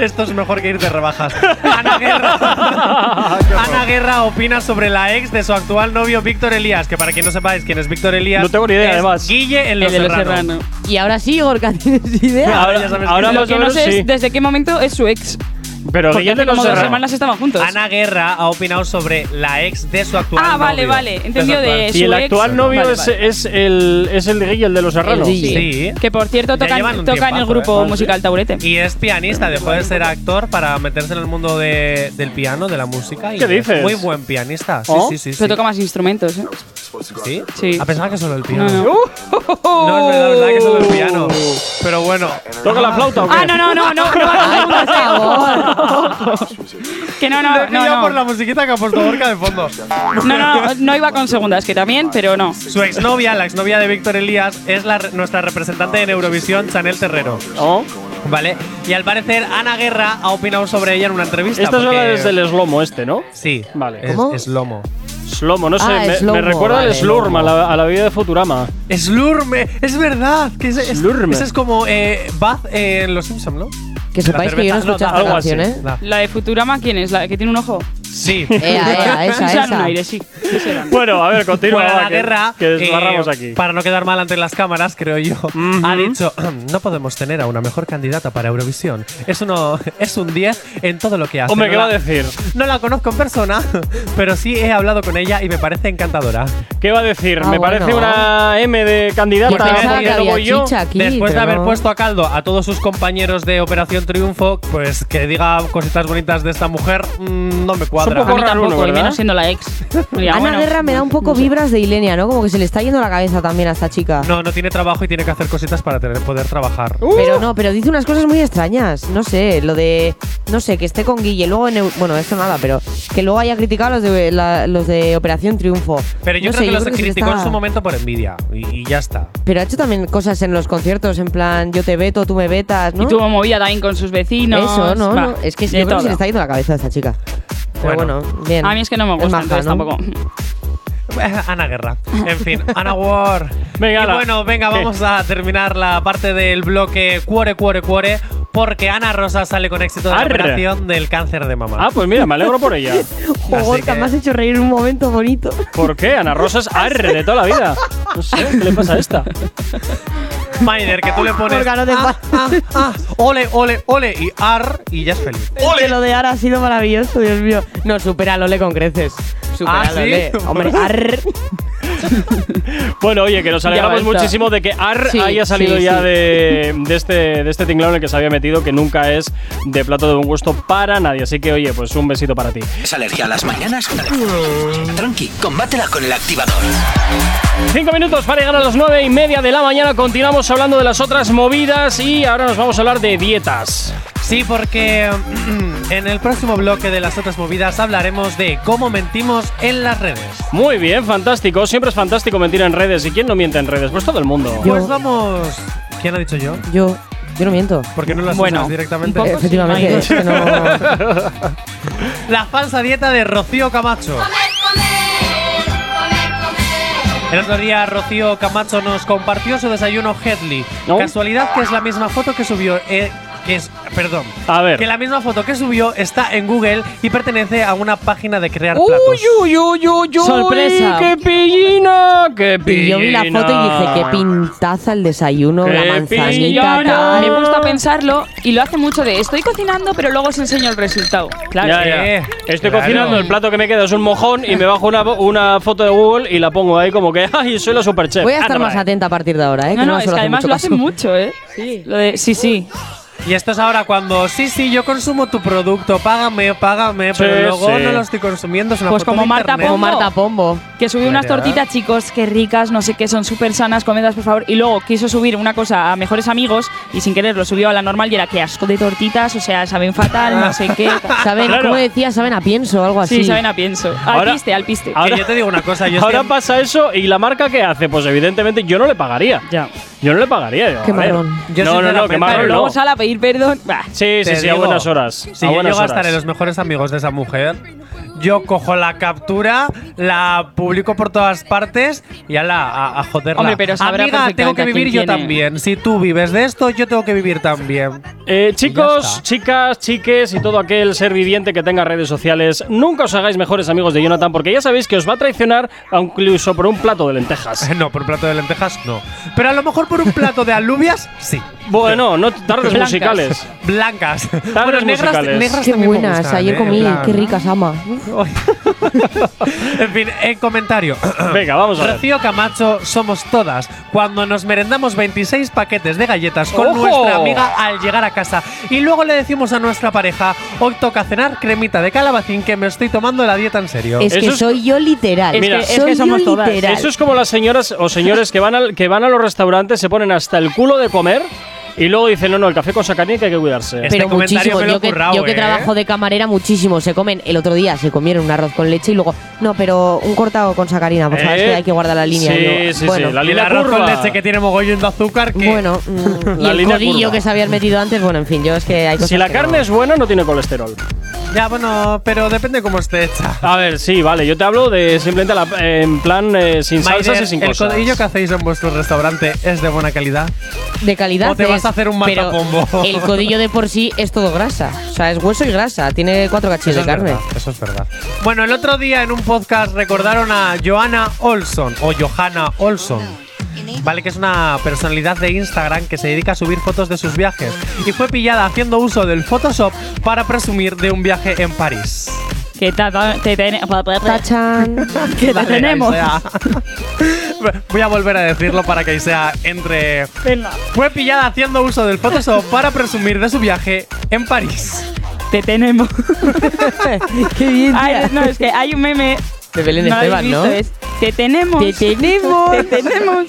Speaker 4: Esto es mejor que ir de rebajas. Ana Guerra. Ana Guerra opina sobre la ex de su actual novio Víctor Elías, que para quien no sepáis quién es Víctor Elías.
Speaker 2: No tengo ni idea,
Speaker 4: es
Speaker 2: además.
Speaker 4: Guille en
Speaker 3: El
Speaker 4: Los,
Speaker 3: de los
Speaker 4: Serrano.
Speaker 3: serrano.
Speaker 5: Y ahora sí, Gorka, ¿tienes idea?
Speaker 2: Ahora,
Speaker 4: Ya sabes
Speaker 2: ahora
Speaker 4: que-
Speaker 3: Lo
Speaker 2: vamos
Speaker 3: que
Speaker 2: a ver
Speaker 3: no sé
Speaker 2: si-
Speaker 3: es desde qué momento es su ex.
Speaker 2: Pero
Speaker 3: Porque
Speaker 2: Guille
Speaker 3: hace
Speaker 2: de
Speaker 3: como
Speaker 2: los
Speaker 3: dos
Speaker 2: Serrano.
Speaker 3: semanas estaban juntos.
Speaker 4: Ana Guerra ha opinado sobre la ex de su actual novio.
Speaker 3: Ah, vale, vale.
Speaker 4: De su
Speaker 3: Entendido
Speaker 4: actual.
Speaker 3: de
Speaker 2: Y el
Speaker 3: su ex.
Speaker 2: actual novio
Speaker 3: Vale,
Speaker 2: es,
Speaker 3: vale.
Speaker 2: es el, es el de Guille, el de los Serrano.
Speaker 5: El
Speaker 4: Sí.
Speaker 5: Guille.
Speaker 3: Que por cierto
Speaker 4: eh. Ya llevan
Speaker 3: tocan,
Speaker 4: un
Speaker 3: tocan el
Speaker 4: tiempazo,
Speaker 3: grupo
Speaker 4: ¿eh?
Speaker 3: musical Taburete.
Speaker 4: Y es pianista, dejó de ser actor para meterse en el mundo de- del piano, de la música. y
Speaker 2: ¿Qué
Speaker 4: es
Speaker 2: dices?
Speaker 4: Muy buen pianista. Sí,
Speaker 2: ¿Oh?
Speaker 4: sí, sí.
Speaker 3: Pero
Speaker 4: sí.
Speaker 3: toca más instrumentos, ¿eh?
Speaker 4: ¿Sí?
Speaker 3: Sí.
Speaker 4: A pesar que solo el
Speaker 3: No,
Speaker 4: piano.
Speaker 3: no.
Speaker 5: Uh,
Speaker 4: No, es verdad, es verdad que solo el piano.
Speaker 2: Oh.
Speaker 4: Pero bueno.
Speaker 2: ¿Toca la flauta o qué?
Speaker 3: Ah, no, no, no, no, no,
Speaker 5: Ay,
Speaker 3: no,
Speaker 5: por favor.
Speaker 3: que no,
Speaker 4: Lo
Speaker 3: no,
Speaker 4: he pillado
Speaker 3: no,
Speaker 4: por la
Speaker 3: no,
Speaker 4: musiquita que ha puesto Gorka de fondo.
Speaker 3: no, no, no iba con segundas, que también, pero no.
Speaker 4: Su exnovia, la exnovia de Víctor Elías, es la re- nuestra representante en Eurovisión, Chanel Terrero.
Speaker 2: ¿No?
Speaker 4: ¿Vale? Y al parecer, Ana Guerra ha opinado sobre ella en una entrevista.
Speaker 2: Esta es
Speaker 4: porque-
Speaker 2: la desde el slomo este, ¿no?
Speaker 4: Sí,
Speaker 2: Vale.
Speaker 4: Es,
Speaker 5: ¿Cómo?
Speaker 4: es lomo.
Speaker 2: Slomo, no sé,
Speaker 5: Ah,
Speaker 2: me- me,
Speaker 5: slomo,
Speaker 2: recuerda al
Speaker 5: vale,
Speaker 2: Slurm, a la, a la vida de Futurama.
Speaker 4: Slurme, es verdad. Que es, es-
Speaker 2: Slurme.
Speaker 4: ese es como eh, Buzz eh, en Los Simpsons, ¿no?
Speaker 5: Que sepáis que yo no
Speaker 4: cerveza
Speaker 5: escucho
Speaker 4: flota,
Speaker 5: esta
Speaker 2: algo así.
Speaker 5: canción, ¿eh?
Speaker 4: La-
Speaker 3: La de Futurama, ¿quién es? ¿La que tiene un ojo?
Speaker 4: Sí.
Speaker 5: Ea, ea, esa,
Speaker 3: Esa en un
Speaker 5: esa.
Speaker 3: aire, sí. Esa era.
Speaker 2: Bueno, a ver, continúa.
Speaker 4: Fuera
Speaker 2: va,
Speaker 4: la
Speaker 2: que-
Speaker 4: guerra,
Speaker 2: Que desbarramos
Speaker 4: eh,
Speaker 2: aquí.
Speaker 4: para no quedar mal ante las cámaras, creo yo, ha dicho, no podemos tener a una mejor candidata para Eurovisión. Es, uno, es un 10 en todo lo que hace.
Speaker 2: Hombre,
Speaker 4: No
Speaker 2: ¿qué va a
Speaker 4: la-
Speaker 2: decir?
Speaker 4: No la conozco en persona, pero sí he hablado con ella y me parece encantadora.
Speaker 2: ¿Qué va a decir?
Speaker 5: Ah,
Speaker 2: me
Speaker 5: bueno.
Speaker 2: parece una M de
Speaker 5: Yo
Speaker 2: candidata.
Speaker 5: pensaba
Speaker 2: porque
Speaker 5: que
Speaker 2: luego
Speaker 5: había
Speaker 2: yo.
Speaker 5: chicha aquí,
Speaker 4: Después de
Speaker 5: pero
Speaker 4: haber
Speaker 5: no.
Speaker 4: puesto a caldo a todos sus compañeros de Operación Triunfo, pues que diga cositas bonitas de esta mujer mm, no me cuadra.
Speaker 2: Es un
Speaker 3: A mí
Speaker 2: Borran
Speaker 3: tampoco,
Speaker 2: uno,
Speaker 3: y
Speaker 2: ¿verdad?
Speaker 3: menos siendo la ex. Mira,
Speaker 5: Ana
Speaker 3: bueno.
Speaker 5: Guerra me da un poco vibras de Ilenia, ¿no? Como que se le está yendo la cabeza también a esta chica.
Speaker 4: No, no tiene trabajo y tiene que hacer cositas para tener, poder trabajar.
Speaker 5: Pero no, pero dice unas cosas muy extrañas. No sé, lo de. No sé, que esté con Guille. Luego en. Eu- Bueno, esto nada, pero. Que luego haya criticado a los de, la- los de Operación Triunfo.
Speaker 4: Pero yo
Speaker 5: No
Speaker 4: creo
Speaker 5: sé,
Speaker 4: que los
Speaker 5: creo se le
Speaker 4: criticó en
Speaker 5: está-
Speaker 4: su momento por envidia y, y ya está.
Speaker 5: Pero ha hecho también cosas en los conciertos, en plan, yo te veto, tú me vetas, ¿no?
Speaker 3: Y tuvo movida también con sus vecinos.
Speaker 5: Eso, no,
Speaker 3: Va,
Speaker 5: no. Es que
Speaker 3: de
Speaker 5: yo creo que se
Speaker 3: todo.
Speaker 5: le está yendo la cabeza a esta chica. Pero
Speaker 4: Bueno.
Speaker 5: bueno, bien.
Speaker 3: A mí es que no me gusta,
Speaker 5: maja,
Speaker 3: entonces
Speaker 5: ¿no?
Speaker 3: tampoco.
Speaker 4: Ana Guerra. En fin, Ana War.
Speaker 2: Venga,
Speaker 4: Y
Speaker 2: ala.
Speaker 4: bueno, venga, vamos a terminar la parte del bloque cuore, cuore, cuore, porque Ana Rosa sale con éxito de la
Speaker 2: Arre.
Speaker 4: operación del cáncer de mamá.
Speaker 2: Ah, pues mira, me alegro por ella.
Speaker 5: Jo,
Speaker 4: Así
Speaker 5: Gorka,
Speaker 4: que-
Speaker 5: me has hecho reír en un momento bonito.
Speaker 2: ¿Por qué? Ana Rosa es arre de toda la vida. No sé, ¿qué le pasa a esta?
Speaker 4: Spider, que tú le pones.
Speaker 5: Gorka, no te
Speaker 4: ah,
Speaker 5: pa-
Speaker 4: ah, ah, ole, ole, ole y ar y ya es feliz.
Speaker 5: Que lo de Ara ha sido maravilloso, Dios mío. No, supera Lole con creces. Supera
Speaker 4: ¿Ah, sí?
Speaker 5: Lole. Hombre, arr.
Speaker 2: Bueno, oye, que nos
Speaker 5: Ya
Speaker 2: alegramos
Speaker 5: basta.
Speaker 2: muchísimo de que Ar
Speaker 5: Sí,
Speaker 2: haya salido
Speaker 5: sí,
Speaker 2: ya
Speaker 5: sí.
Speaker 2: De, de este, de este tinglado en el que se había metido, que nunca es de plato de buen gusto para nadie. Así que, oye, pues un besito para ti.
Speaker 1: ¿Es alergia a las mañanas? Tranqui, combátela con el activador.
Speaker 2: Cinco minutos para llegar a las nueve y media de la mañana. Continuamos hablando de las otras movidas y ahora nos vamos a hablar de dietas.
Speaker 4: Sí, porque mm, en el próximo bloque de las otras movidas hablaremos de cómo mentimos en las redes.
Speaker 2: Muy bien, fantástico. Siempre es fantástico mentir en redes. ¿Y quién no miente en redes? Pues todo el mundo.
Speaker 5: Yo-
Speaker 4: Pues vamos. ¿Quién ha dicho yo?
Speaker 5: Yo, yo no miento.
Speaker 4: Porque no las
Speaker 3: Bueno,
Speaker 4: usas directamente.
Speaker 3: un poco
Speaker 5: Efectivamente, es que no.
Speaker 4: La falsa dieta de Rocío Camacho. El otro día Rocío Camacho nos compartió su desayuno Headley.
Speaker 2: ¿No?
Speaker 4: Casualidad que es la misma foto que subió. eh, que es, perdón.
Speaker 2: A ver.
Speaker 4: Que la misma foto que subió está en Google y pertenece a una página de crear platos.
Speaker 5: Uy, uy, uy, uy, uy.
Speaker 3: Sorpresa.
Speaker 2: ¡Qué pillina! ¡Qué pillina!
Speaker 5: Y yo vi la foto y dije, qué pintaza el desayuno,
Speaker 2: Qué
Speaker 5: la
Speaker 2: Es que
Speaker 3: yo
Speaker 5: manzanita.
Speaker 2: pillona.
Speaker 3: ahora
Speaker 5: tal.
Speaker 3: me he puesto a pensarlo y lo hace mucho de estoy cocinando, pero luego os enseño el resultado. Claro.
Speaker 2: Ya, ya.
Speaker 4: Eh,
Speaker 2: Estoy
Speaker 4: claro.
Speaker 2: cocinando, el plato que me queda es un mojón y me bajo una, una foto de Google y la pongo ahí como que ¡ay, soy la superchef!
Speaker 5: Voy a estar más
Speaker 2: Anda,
Speaker 5: atenta a partir de ahora, ¿eh?
Speaker 3: No,
Speaker 5: que
Speaker 3: no,
Speaker 5: no
Speaker 3: es
Speaker 5: se
Speaker 3: que
Speaker 5: hace
Speaker 3: además
Speaker 5: mucho
Speaker 3: lo hacen
Speaker 5: caso.
Speaker 3: mucho, ¿eh? Sí. Lo de, sí, sí.
Speaker 4: Y esto es ahora cuando, sí, sí, yo consumo tu producto, págame, págame,
Speaker 2: Sí,
Speaker 4: pero luego
Speaker 2: sí.
Speaker 4: no lo estoy consumiendo. Es una
Speaker 3: Pues
Speaker 4: foto
Speaker 3: como
Speaker 4: de
Speaker 3: Marta
Speaker 4: internet.
Speaker 5: Como
Speaker 3: Pombo.
Speaker 5: Marta Pombo.
Speaker 3: que subió unas
Speaker 4: Vaya.
Speaker 3: tortitas, chicos, qué ricas, no sé qué, son súper sanas, comedlas por favor. Y luego quiso subir una cosa a mejores amigos y sin querer lo subió a la normal y era que asco de tortitas, o sea, saben fatal, no sé qué.
Speaker 5: Saben,
Speaker 2: Claro.
Speaker 5: como decía, saben a pienso o algo así.
Speaker 3: Sí, saben a pienso. Al
Speaker 2: Ahora-
Speaker 3: piste, al piste.
Speaker 2: ahora-
Speaker 4: Que yo te digo una cosa, yo
Speaker 2: Ahora
Speaker 4: estoy-
Speaker 2: pasa eso y la marca qué hace, pues evidentemente yo no le pagaría.
Speaker 3: Ya.
Speaker 2: Yo no le pagaría. digo,
Speaker 5: Qué
Speaker 2: a ver.
Speaker 5: marrón.
Speaker 4: Yo
Speaker 2: no, no, no,
Speaker 4: sinceramente-
Speaker 2: qué
Speaker 3: Pero
Speaker 2: marrón.
Speaker 3: luego
Speaker 2: no.
Speaker 3: sale a pedir perdón. bah.
Speaker 2: Sí, sí,
Speaker 4: Te
Speaker 2: sí, a
Speaker 4: digo,
Speaker 2: buenas horas.
Speaker 4: Si
Speaker 2: a
Speaker 4: yo
Speaker 2: buenas
Speaker 4: llego a estar
Speaker 2: horas.
Speaker 4: en los mejores amigos de esa mujer, yo cojo la captura, la publico por todas partes y ala, a, a joderla.
Speaker 3: Hombre, pero sabrá
Speaker 4: Amiga, tengo
Speaker 3: perfectamente
Speaker 4: que
Speaker 3: a
Speaker 4: vivir yo
Speaker 3: quién tiene.
Speaker 4: también. Si tú vives de esto, yo tengo que vivir también.
Speaker 2: Eh, chicos,
Speaker 4: está.
Speaker 2: chicas, chiques y todo aquel ser viviente que tenga redes sociales, nunca os hagáis mejores amigos de Jonathan porque ya sabéis que os va a traicionar incluso por un plato de lentejas.
Speaker 4: No, por un plato de lentejas, no. Pero a lo mejor por un plato de alubias, sí.
Speaker 2: Bueno, no tardes
Speaker 3: Blancas.
Speaker 2: musicales.
Speaker 4: Blancas.
Speaker 2: Tardes musicales.
Speaker 4: negras
Speaker 5: Qué
Speaker 4: también me
Speaker 5: buenas,
Speaker 4: gustan,
Speaker 5: ayer
Speaker 4: eh,
Speaker 5: comí,
Speaker 4: en plan-
Speaker 5: qué ricas ama.
Speaker 4: en fin, en comentario.
Speaker 2: Venga, vamos a ver.
Speaker 4: Rocío Camacho, somos todas. Cuando nos merendamos 26 paquetes de galletas con
Speaker 2: ¡Ojo!
Speaker 4: nuestra amiga al llegar a casa. Y luego le decimos a nuestra pareja, hoy toca cenar cremita de calabacín que me estoy tomando la dieta en serio.
Speaker 5: Es que
Speaker 2: Eso es-
Speaker 5: soy yo literal.
Speaker 3: Es
Speaker 2: Mira, que-
Speaker 3: es que
Speaker 5: soy
Speaker 3: somos
Speaker 5: yo
Speaker 3: todas.
Speaker 5: literal.
Speaker 2: Eso es como las señoras o señores que van, al, que van a los restaurantes, se ponen hasta el culo de comer y luego dicen, no, no, el café con sacarina que hay que cuidarse.
Speaker 4: Este
Speaker 5: pero
Speaker 4: comentario
Speaker 5: muchísimo.
Speaker 4: me lo he
Speaker 5: yo que,
Speaker 4: currado,
Speaker 5: yo que
Speaker 4: ¿eh?
Speaker 5: trabajo de camarera, muchísimo. Se comen, el otro día se comieron un arroz con leche y luego, no, pero un cortado con sacarina, por favor, es que
Speaker 2: Eh,
Speaker 5: hay que guardar la línea.
Speaker 2: sí,
Speaker 5: Y yo,
Speaker 2: sí,
Speaker 5: bueno,
Speaker 2: sí, la
Speaker 4: Y el
Speaker 2: línea
Speaker 4: arroz con
Speaker 2: curva.
Speaker 4: leche que tiene mogollón de azúcar que
Speaker 5: Bueno, mm, y
Speaker 2: La
Speaker 5: el
Speaker 2: línea
Speaker 5: codillo
Speaker 2: curva.
Speaker 5: que se habían metido antes, bueno, en fin, yo es que hay cosas
Speaker 2: Si la
Speaker 5: que
Speaker 2: carne
Speaker 5: no-
Speaker 2: es buena, no tiene colesterol.
Speaker 4: Ya, bueno, pero depende cómo esté hecha.
Speaker 2: A ver, sí, vale. Yo te hablo de simplemente la- en plan eh, sin salsas
Speaker 4: Maider,
Speaker 2: y sin
Speaker 4: ¿El
Speaker 2: cosas.
Speaker 4: codillo que hacéis en vuestro restaurante es de buena calidad?
Speaker 5: de calidad.
Speaker 4: o te
Speaker 5: es,
Speaker 4: vas a hacer un
Speaker 5: pero
Speaker 4: matapombo.
Speaker 5: El codillo de por sí es todo grasa, o sea, es hueso y grasa. Tiene cuatro cachillos de
Speaker 4: es
Speaker 5: carne.
Speaker 4: verdad, eso es verdad. Bueno, el otro día en un podcast recordaron a Johanna Olson o Johanna Olson. Vale, que es una personalidad de Instagram que se dedica a subir fotos de sus viajes y fue pillada haciendo uso del Photoshop para presumir de un viaje en París.
Speaker 3: Que ta- ta- te, ten-
Speaker 5: Tachan.
Speaker 3: que te
Speaker 4: Vale,
Speaker 3: tenemos.
Speaker 4: Aisea. Voy a volver a decirlo para que sea entre.
Speaker 3: Venga.
Speaker 4: Fue pillada haciendo uso del Photoshop para presumir de su viaje en París.
Speaker 3: Te tenemos.
Speaker 5: Qué bien.
Speaker 3: Ay, no, es que hay un meme.
Speaker 5: De Belén
Speaker 3: no lo habéis
Speaker 5: Esteban, ¿no?
Speaker 3: visto, es, te tenemos.
Speaker 5: Te tenemos.
Speaker 3: Te tenemos.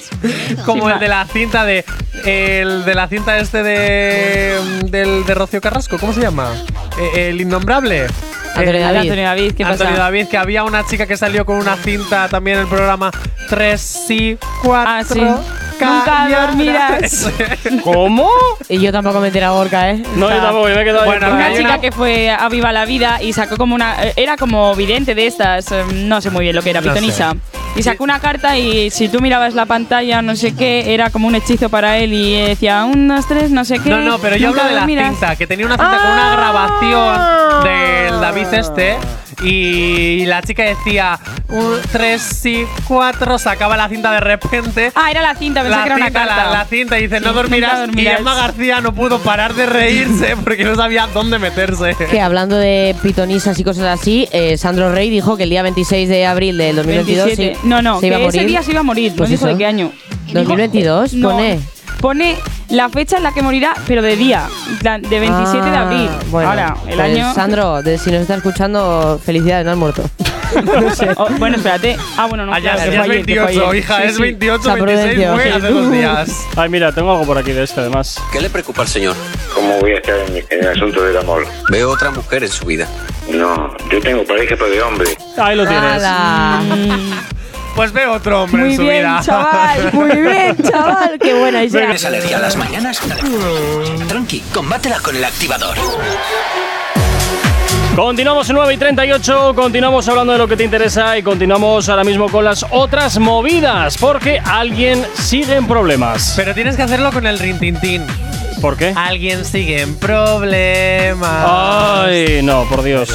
Speaker 4: Como
Speaker 3: Sí,
Speaker 4: el de la cinta de. El de la cinta este de. Del, de Rocío Carrasco, ¿cómo se llama? Eh, el innombrable.
Speaker 5: Antonio
Speaker 3: El
Speaker 5: David.
Speaker 3: Antonio David, ¿qué
Speaker 4: Eh, Antonio
Speaker 3: pasa?
Speaker 4: David, que había una chica que salió con una cinta también en el programa 3, sí, 4.
Speaker 3: Ah, sí. Nunca dormirás.
Speaker 2: ¿Cómo?
Speaker 5: Y yo tampoco me he enterado Gorka, ¿eh?
Speaker 2: No, yo tampoco, yo me he quedado
Speaker 4: Bueno,
Speaker 2: ahí.
Speaker 4: Porque
Speaker 3: Una
Speaker 4: hay
Speaker 3: chica
Speaker 4: una-
Speaker 3: que fue a Viva la Vida y sacó como una. eh, Era como vidente de estas, eh, no sé muy bien lo que era,
Speaker 4: No sé.
Speaker 3: pitonisa. Y sacó una carta y si tú mirabas la pantalla, no sé qué, era como un hechizo para él y eh, decía un, dos, tres, no sé qué.
Speaker 4: No, no, pero yo
Speaker 3: nunca
Speaker 4: hablo de la
Speaker 3: dormirás. Ah.
Speaker 4: cinta, que tenía una cinta con una grabación del David este y la chica decía 3, sí, 4, sacaba la cinta de repente
Speaker 3: Ah, era la cinta, pensaba
Speaker 4: la
Speaker 3: que era una
Speaker 4: cinta, la-
Speaker 3: carta.
Speaker 4: la cinta y dice, no
Speaker 3: Sí,
Speaker 4: dormirás.
Speaker 3: nunca
Speaker 4: Y
Speaker 3: dormirás.
Speaker 4: Emma García no pudo parar de reírse porque no sabía dónde meterse.
Speaker 5: Que hablando de pitonisas y cosas así, eh, Sandro Rey dijo que el día 26 de abril del 2022 se-
Speaker 3: 27. No, no,
Speaker 5: se iba a
Speaker 3: que ese
Speaker 5: morir.
Speaker 3: día se iba a morir.
Speaker 5: Pues
Speaker 3: no dijo
Speaker 5: eso.
Speaker 3: de qué año.
Speaker 5: 2022
Speaker 3: No,
Speaker 5: pone.
Speaker 3: Pone la fecha en la que morirá, pero de día, en plan, de 27 de
Speaker 5: Ah,
Speaker 3: abril.
Speaker 5: bueno,
Speaker 3: Ahora, el
Speaker 5: pues,
Speaker 3: año.
Speaker 5: Sandro, de- si nos está escuchando, felicidades, no has muerto.
Speaker 3: Oh, bueno, espérate. Ah, bueno, no.
Speaker 4: Allá
Speaker 3: claro, que
Speaker 4: es
Speaker 3: fue ayer, que fue
Speaker 4: 28,
Speaker 3: ayer.
Speaker 4: hija,
Speaker 3: Sí,
Speaker 4: es
Speaker 3: sí.
Speaker 4: 28,
Speaker 5: Esa
Speaker 4: 26,
Speaker 5: prudencia,
Speaker 4: muy
Speaker 5: sí.
Speaker 4: hace dos días.
Speaker 2: Ay, mira, tengo algo por aquí de este, además.
Speaker 8: ¿Qué le preocupa al señor?
Speaker 9: ¿Cómo voy a estar en, mi- en el asunto del amor?
Speaker 8: Veo otra mujer en su vida.
Speaker 9: No, yo tengo pareja pero de hombre.
Speaker 2: Ahí lo tienes.
Speaker 5: ¡Hala!
Speaker 4: Pues ve otro hombre
Speaker 3: Muy
Speaker 4: en su
Speaker 3: bien,
Speaker 4: vida.
Speaker 3: chaval.
Speaker 5: Muy bien, chaval, qué buena idea.
Speaker 1: ¿Tienes alergia a las mañanas? Tranqui, combátela con el activador.
Speaker 2: Continuamos en 9 y 38, continuamos hablando de lo que te interesa y continuamos ahora mismo con las otras movidas, porque alguien sigue en problemas.
Speaker 4: Pero tienes que hacerlo con el rintintín.
Speaker 2: ¿Por qué?
Speaker 4: Alguien sigue en problemas.
Speaker 2: Oh. Ay, no, por Dios.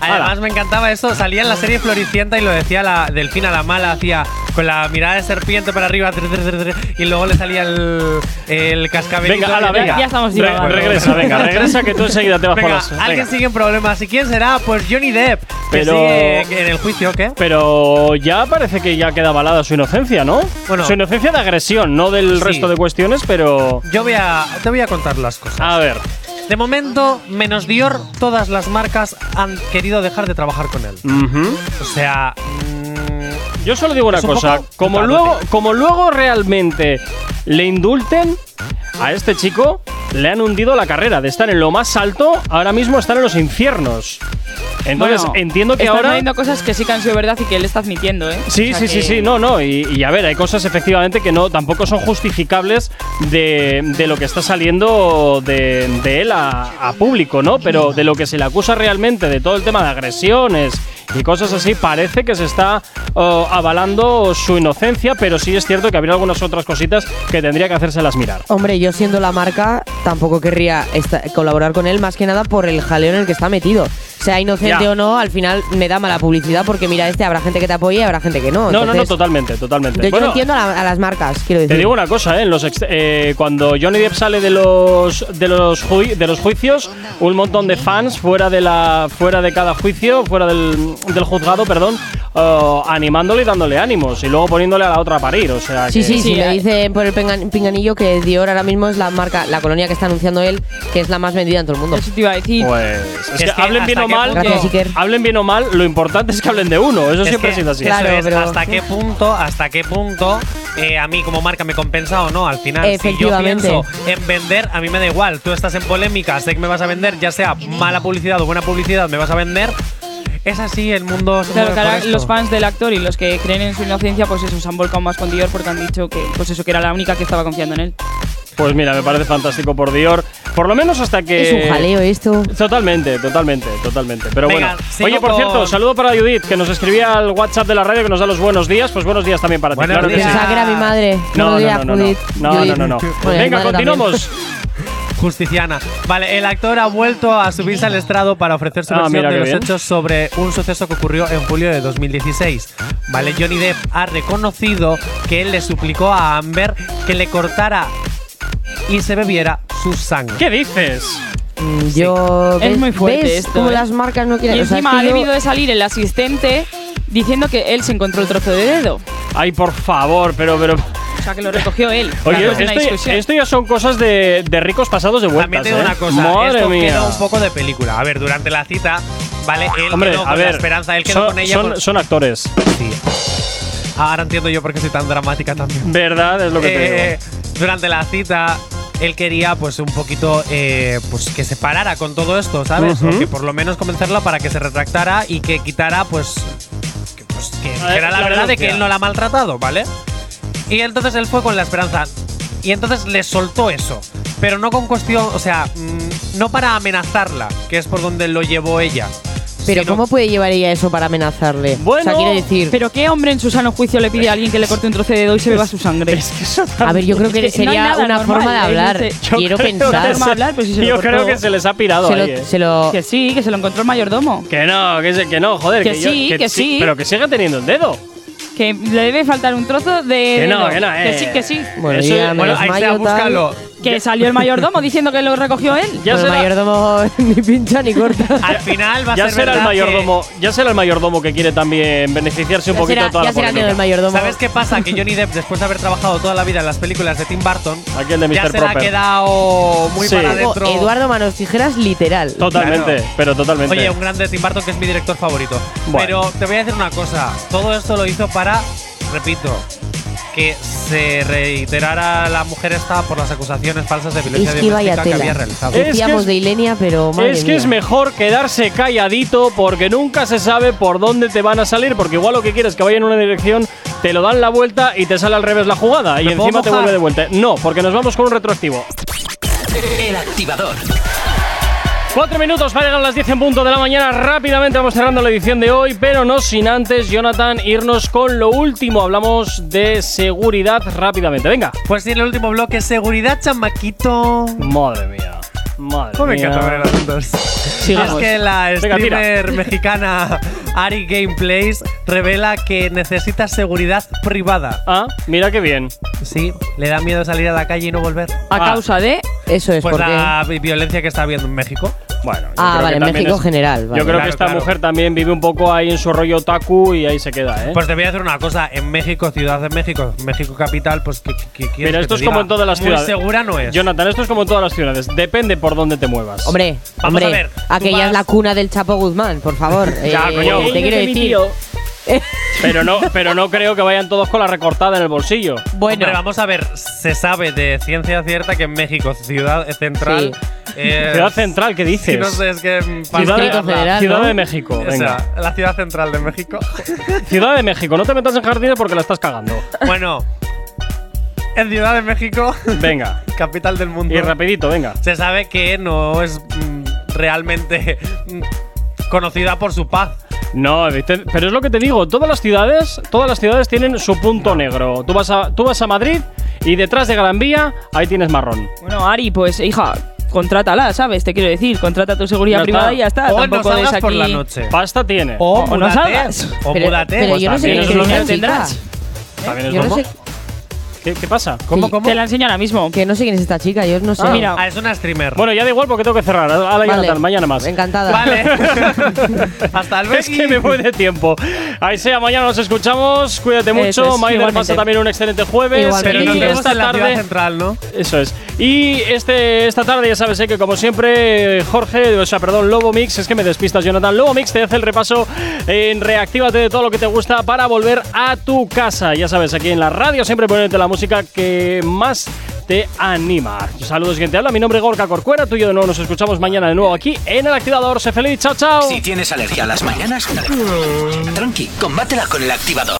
Speaker 4: Además
Speaker 2: Ala.
Speaker 4: me encantaba eso, salía en la serie Floricienta y lo decía la Delfina la mala, hacía con la mirada de serpiente para arriba, tr, tr, tr, tr, y luego le salía el, el cascabelito.
Speaker 2: Venga, ala,
Speaker 4: y-
Speaker 2: venga.
Speaker 3: ya estamos
Speaker 2: Re-
Speaker 3: divagando.
Speaker 2: Regresa, venga, regresa que tú enseguida te vas por
Speaker 4: Venga,
Speaker 2: las.
Speaker 4: alguien
Speaker 2: venga.
Speaker 4: sigue en problemas. ¿Y quién será? Pues Johnny Depp,
Speaker 2: Pero-
Speaker 4: que sigue en el juicio, ¿qué?
Speaker 2: Pero ya parece que ya queda avalada su inocencia, ¿no?
Speaker 4: Bueno.
Speaker 2: su inocencia de agresión, no del
Speaker 4: Sí.
Speaker 2: resto de cuestiones, pero.
Speaker 4: Yo voy a, te voy a contar las cosas.
Speaker 2: A ver.
Speaker 4: De momento, menos Dior, todas las marcas han querido dejar de trabajar con él.
Speaker 2: Ujú.
Speaker 4: O sea, mm,
Speaker 2: Yo solo digo una
Speaker 4: Es un
Speaker 2: cosa,
Speaker 4: poco
Speaker 2: como
Speaker 4: putadote.
Speaker 2: luego, como luego realmente le indulten a este chico, le han hundido la carrera de estar en lo más alto, ahora mismo están en los infiernos. Entonces
Speaker 3: Bueno,
Speaker 2: entiendo que
Speaker 3: estás
Speaker 2: ahora
Speaker 3: viendo cosas que sí que han sido verdad y que él está admitiendo, ¿eh?
Speaker 2: Sí,
Speaker 3: O sea
Speaker 2: sí, sí,
Speaker 3: que-
Speaker 2: sí, no, no. Y, y a ver, hay cosas efectivamente que no tampoco son justificables de, de lo que está saliendo de, de él a, a público, ¿no? Pero de lo que se le acusa realmente, de todo el tema de agresiones y cosas así, parece que se está oh, avalando su inocencia, pero sí es cierto que habría algunas otras cositas que tendría que hacérselas mirar.
Speaker 5: Hombre, yo siendo la marca tampoco querría esta- colaborar con él más que nada por el jaleo en el que está metido. Sea inocente
Speaker 2: Ya.
Speaker 5: o no, al final me da mala publicidad porque mira, este habrá gente que te apoye y habrá gente que no.
Speaker 2: No, no, no,
Speaker 5: Entonces,
Speaker 2: totalmente, totalmente.
Speaker 5: Yo, yo
Speaker 2: Bueno,
Speaker 5: entiendo a, la- a las marcas, quiero decir.
Speaker 2: Te digo una cosa, ¿eh? En los ex- eh, cuando Johnny Depp sale de los de los ju- de los juicios, un montón de fans fuera de la fuera de cada juicio, fuera del, del juzgado, perdón, eh, animándole y dándole ánimos y luego poniéndole a la otra a parir, o sea,
Speaker 5: Sí,
Speaker 2: que-
Speaker 5: sí, sí,
Speaker 3: Sí,
Speaker 5: le
Speaker 3: eh.
Speaker 5: dicen por el pengan- pinganillo que Dior ahora mismo es la marca, la colonia que está anunciando él, que es la más vendida en todo el mundo.
Speaker 3: Eso te iba a decir.
Speaker 2: Pues es que
Speaker 4: Es que
Speaker 2: hablen bien
Speaker 4: hasta
Speaker 2: o mal,
Speaker 4: qué punto-
Speaker 5: Gracias, Iker.
Speaker 2: hablen bien o mal, lo importante es que hablen de uno, eso
Speaker 4: Es
Speaker 2: siempre
Speaker 4: que
Speaker 2: ha sido así.
Speaker 4: eso
Speaker 5: Claro,
Speaker 4: es,
Speaker 5: pero-
Speaker 4: hasta qué punto, hasta qué punto eh, a mí como marca me compensa o no. Al final, si yo
Speaker 5: Efectivamente.
Speaker 4: pienso en vender, a mí me da igual. Tú estás en polémica, sé que me vas a vender, ya sea mala publicidad o buena publicidad, me vas a vender. Es así, el mundo se
Speaker 3: Claro,
Speaker 4: mueve
Speaker 3: que
Speaker 4: por
Speaker 3: ahora
Speaker 4: esto.
Speaker 3: los fans del actor y los que creen en su inocencia, pues eso, se han volcado más con Dior porque han dicho que, pues eso, que era la única que estaba confiando en él.
Speaker 2: Pues mira, me parece fantástico por Dior, por lo menos hasta que
Speaker 5: es un jaleo esto.
Speaker 2: Totalmente, totalmente, totalmente. Pero
Speaker 4: Venga,
Speaker 2: bueno.
Speaker 4: sigo
Speaker 2: Oye, por
Speaker 4: con-
Speaker 2: cierto, saludo para Judith, que nos escribía al WhatsApp de la radio, que nos da los buenos días. Pues buenos días también para ti.
Speaker 4: Buenos
Speaker 2: claro que
Speaker 4: días.
Speaker 2: sí.
Speaker 5: Pensaba que era mi madre.
Speaker 2: No,
Speaker 5: Buenos días,
Speaker 2: no, no, no, no.
Speaker 5: Judith.
Speaker 2: No, no,
Speaker 5: Judith.
Speaker 2: no, no.
Speaker 5: Bueno, mi
Speaker 2: Venga,
Speaker 5: madre también.
Speaker 2: continuamos.
Speaker 4: Justiciana. Vale, el actor ha vuelto a subirse al estrado para ofrecer su
Speaker 2: Ah,
Speaker 4: versión
Speaker 2: mira
Speaker 4: de
Speaker 2: qué
Speaker 4: los
Speaker 2: bien.
Speaker 4: hechos sobre un suceso que ocurrió en julio de 2016. Vale, Johnny Depp ha reconocido que él le suplicó a Amber que le cortara y se bebiera su sangre.
Speaker 2: ¿Qué dices?
Speaker 5: Mm, Yo.
Speaker 3: Es
Speaker 5: ¿ves-
Speaker 3: muy fuerte
Speaker 5: ¿Ves
Speaker 3: esto,
Speaker 5: cómo
Speaker 3: eh?
Speaker 5: las marcas no quieren
Speaker 3: Y
Speaker 5: o sea,
Speaker 3: encima
Speaker 5: es
Speaker 3: ha
Speaker 5: que yo-
Speaker 3: debido de salir el asistente diciendo que él se encontró el trozo de dedo.
Speaker 2: Ay, por favor, pero, pero.
Speaker 3: O sea, que lo recogió él.
Speaker 2: Oye, este,
Speaker 3: Claro, es una
Speaker 2: esto,
Speaker 3: discusión.
Speaker 2: esto ya son cosas de, de ricos pasados de vueltas.
Speaker 4: También tengo
Speaker 2: ¿eh?
Speaker 4: una cosa,
Speaker 2: Madre
Speaker 4: esto
Speaker 2: mía.
Speaker 4: queda un poco de película. A ver, durante la cita, vale, él
Speaker 2: Hombre,
Speaker 4: quedó
Speaker 2: a
Speaker 4: con
Speaker 2: ver.
Speaker 4: la esperanza, él quedó
Speaker 2: son,
Speaker 4: con ella.
Speaker 2: son-
Speaker 4: con-
Speaker 2: son actores.
Speaker 4: Sí. Ahora entiendo yo por qué soy tan dramática también.
Speaker 2: ¿Verdad? Es lo que te
Speaker 4: Eh, durante la cita él quería pues un poquito eh, pues que se parara con todo esto sabes
Speaker 2: Ujú.
Speaker 4: o que por lo menos convencerla para que se retractara y que quitara pues que, pues, que
Speaker 2: A ver,
Speaker 4: dijera la,
Speaker 2: la
Speaker 4: verdad de
Speaker 2: denuncia.
Speaker 4: que él no la ha maltratado vale y entonces él fue con la esperanza y entonces le soltó eso pero no con cuestión o sea mm, no para amenazarla que es por donde lo llevó ella
Speaker 5: Pero
Speaker 4: sino-
Speaker 5: ¿cómo puede llevar ella eso para amenazarle? o
Speaker 2: Bueno,
Speaker 5: sea, quiero decir.
Speaker 3: Pero ¿qué hombre en su sano juicio le pide a alguien que le corte un trozo de dedo y se beba su sangre?
Speaker 5: a ver, yo creo que
Speaker 3: Es que no hay
Speaker 5: sería
Speaker 3: nada
Speaker 5: una
Speaker 3: normal,
Speaker 5: forma de
Speaker 3: ¿eh?
Speaker 5: hablar.
Speaker 3: No sé.
Speaker 2: digo. Yo creo
Speaker 5: quiero
Speaker 2: que
Speaker 5: pensar.
Speaker 2: se-
Speaker 3: Norma hablar, pues si se lo
Speaker 2: yo
Speaker 3: cortó.
Speaker 2: creo que se les ha pirado
Speaker 5: Se
Speaker 2: ahí.
Speaker 5: lo,
Speaker 2: ¿eh?
Speaker 5: se lo-
Speaker 3: Que sí, que se lo encontró el mayordomo.
Speaker 2: Que no, que, se- que no, joder.
Speaker 3: Que
Speaker 2: yo-
Speaker 3: sí, que sí.
Speaker 2: Pero que siga teniendo el dedo.
Speaker 3: Que le debe faltar un trozo de.
Speaker 2: Que no,
Speaker 3: dedo.
Speaker 2: que no, eh.
Speaker 3: sí, que sí.
Speaker 5: Bueno,
Speaker 2: Eso-
Speaker 5: ya me
Speaker 2: bueno,
Speaker 4: ahí está
Speaker 5: desmayo, tal.
Speaker 4: búscalo
Speaker 3: Que salió el mayordomo diciendo que lo recogió él.
Speaker 2: Ya
Speaker 5: Bueno,
Speaker 2: será-
Speaker 5: el mayordomo ni pincha ni corta.
Speaker 4: al final va a
Speaker 2: Ya
Speaker 4: ser
Speaker 2: será, el
Speaker 4: verdad que-
Speaker 2: mayordomo, ya será el mayordomo que quiere también beneficiarse un
Speaker 5: ya
Speaker 2: poquito
Speaker 5: será,
Speaker 2: de toda
Speaker 5: ya
Speaker 2: la
Speaker 5: será el dedo del
Speaker 2: polémica.
Speaker 5: mayordomo.
Speaker 4: ¿Sabes qué pasa? Que Johnny Depp, después de haber trabajado toda la vida en las películas de Tim Burton,
Speaker 2: Aquel de
Speaker 4: ya
Speaker 2: Mr.
Speaker 4: se le ha
Speaker 2: Proper.
Speaker 4: quedado muy
Speaker 2: Sí.
Speaker 4: para
Speaker 5: Luego,
Speaker 4: adentro.
Speaker 5: Eduardo Manos Tijeras, literal.
Speaker 2: Totalmente,
Speaker 4: Claro.
Speaker 2: pero totalmente.
Speaker 4: Oye, un grande Tim Burton que es mi director favorito.
Speaker 2: Bueno.
Speaker 4: Pero te voy a decir una cosa. Todo esto lo hizo para, repito, que se reiterara la mujer esta por las acusaciones falsas de violencia
Speaker 5: Es que vaya
Speaker 4: doméstica que
Speaker 5: tela.
Speaker 4: había realizado.
Speaker 2: Eh,
Speaker 5: Decíamos
Speaker 2: es-
Speaker 5: de Ilenia, pero madre
Speaker 2: es que es
Speaker 5: mía.
Speaker 2: mejor quedarse calladito porque nunca se sabe por dónde te van a salir, porque igual lo que quieres es que vaya en una dirección, te lo dan la vuelta y te sale al revés la jugada y
Speaker 4: ¿Me puedo
Speaker 2: encima te
Speaker 4: mojar?
Speaker 2: vuelve de vuelta. No, porque nos vamos con un retroactivo.
Speaker 1: El activador.
Speaker 2: Cuatro minutos para llegar a las 10 en punto de la mañana. Rápidamente vamos cerrando la edición de hoy, pero no sin antes, Jonathan, irnos con lo último. Hablamos de seguridad rápidamente. Venga.
Speaker 4: Pues sí, en el último bloque, seguridad, chamaquito.
Speaker 2: Madre mía. Madre
Speaker 4: ¿Cómo Pues me
Speaker 2: mía.
Speaker 4: encanta ver a los dos?
Speaker 2: Sigamos.
Speaker 4: Es que la
Speaker 2: Venga, tira.
Speaker 4: streamer mexicana Ari Gameplays revela que necesita seguridad privada.
Speaker 2: Ah, mira qué bien.
Speaker 4: Sí, le da miedo salir a la calle y no volver.
Speaker 3: A
Speaker 2: Ah.
Speaker 3: causa de.
Speaker 5: Eso es
Speaker 4: Pues
Speaker 5: porque.
Speaker 4: la vi- violencia que está habiendo en México.
Speaker 2: Bueno, yo
Speaker 5: Ah,
Speaker 2: creo
Speaker 5: vale,
Speaker 2: que también
Speaker 5: México
Speaker 2: es-
Speaker 5: general, vale.
Speaker 2: Yo creo que
Speaker 4: Claro,
Speaker 2: esta
Speaker 4: claro.
Speaker 2: mujer también vive un poco ahí en su rollo otaku y ahí se queda, ¿eh?
Speaker 4: Pues te voy a decir una cosa, en México, Ciudad de México, México capital, pues que,
Speaker 2: Mira, esto es como en todas las ciudades.
Speaker 4: segura no es.
Speaker 2: Jonathan, esto es como en todas las ciudades. Depende por dónde te muevas.
Speaker 5: Hombre,
Speaker 4: Vamos
Speaker 5: hombre,
Speaker 4: a ver, tú
Speaker 5: aquella
Speaker 4: vas-
Speaker 5: es la cuna del Chapo Guzmán, por favor. Eh,
Speaker 2: coño.
Speaker 5: Te quiero decir.
Speaker 2: Pero no, pero no creo que vayan todos con la recortada en el bolsillo.
Speaker 5: Bueno,
Speaker 4: Hombre, vamos a ver, se sabe de ciencia cierta que en México, ciudad central. es-
Speaker 2: Ciudad Central, ¿qué dices?
Speaker 4: Sí, no sé, es que. mm, para
Speaker 2: Ciudad,
Speaker 4: explicarla.
Speaker 5: Distrito Federal,
Speaker 2: Ciudad
Speaker 5: ¿no?
Speaker 2: de México,
Speaker 4: O sea,
Speaker 2: venga.
Speaker 4: la ciudad central de México.
Speaker 2: Ciudad de México, no te metas en jardines porque la estás cagando.
Speaker 4: bueno, en Ciudad de México,
Speaker 2: Venga.
Speaker 4: capital del mundo,
Speaker 2: Y rapidito, venga.
Speaker 4: se sabe que no es mm, realmente mm, conocida por su paz.
Speaker 2: No, evidente- pero es lo que te digo, todas las ciudades, todas las ciudades tienen su punto negro. Tú vas a, tú vas a Madrid y detrás de Gran Vía, ahí tienes marrón.
Speaker 3: Bueno, Ari, pues hija, contrátala, ¿sabes? Te quiero decir, contrata tu seguridad
Speaker 2: Ya
Speaker 3: privada
Speaker 2: está.
Speaker 3: y ya está.
Speaker 4: o no
Speaker 3: Ah, Tampoco
Speaker 4: salgas
Speaker 3: des
Speaker 4: por la
Speaker 3: aquí-
Speaker 4: noche.
Speaker 2: Pasta tiene.
Speaker 5: Oh,
Speaker 4: O,
Speaker 3: O no
Speaker 4: múdate,
Speaker 3: salgas.
Speaker 4: O
Speaker 5: pero,
Speaker 4: múdate.
Speaker 5: pero
Speaker 4: pues
Speaker 5: yo no sé
Speaker 2: también
Speaker 5: qué
Speaker 2: es
Speaker 5: qué
Speaker 2: lo que
Speaker 5: significa.
Speaker 3: tendrás.
Speaker 2: También es
Speaker 5: Yo no
Speaker 2: broma.
Speaker 5: sé,
Speaker 2: ¿Qué, qué pasa?
Speaker 4: ¿Cómo, cómo?
Speaker 3: Te la enseño ahora mismo.
Speaker 5: que no sé quién es esta chica, yo no sé.
Speaker 3: Ah, mira.
Speaker 4: Ah, es una streamer.
Speaker 2: Bueno, ya da igual porque tengo que cerrar. Ahora
Speaker 5: Vale.
Speaker 2: Jonathan, mañana más.
Speaker 5: Encantada.
Speaker 4: vale. Hasta luego.
Speaker 2: Es que me voy de tiempo. Ahí sea, mañana nos escuchamos. Cuídate
Speaker 3: Eso
Speaker 2: mucho.
Speaker 3: es,
Speaker 2: Maider
Speaker 3: igualmente.
Speaker 2: pasa también un excelente jueves.
Speaker 5: Igualmente.
Speaker 4: Pero
Speaker 2: Y
Speaker 4: nos vemos
Speaker 2: esta
Speaker 4: en la ciudad
Speaker 2: tarde.
Speaker 4: central, ¿no?
Speaker 2: Eso es. Y este, esta tarde ya sabes ¿eh? que como siempre Jorge, o sea, perdón, Lobo Mix, es que me despistas Jonathan, Lobo Mix te hace el repaso en Reactívate de todo lo que te gusta para volver a tu casa. Ya sabes, aquí en la radio siempre ponerte la música que más te anima. Saludos, gente. Habla, mi nombre es Gorka Corcuera, tú y yo de nuevo nos escuchamos mañana de nuevo aquí en El Activador. Sé feliz, chao, chao.
Speaker 1: Si tienes alergia a las mañanas, tranqui, combátela con el activador.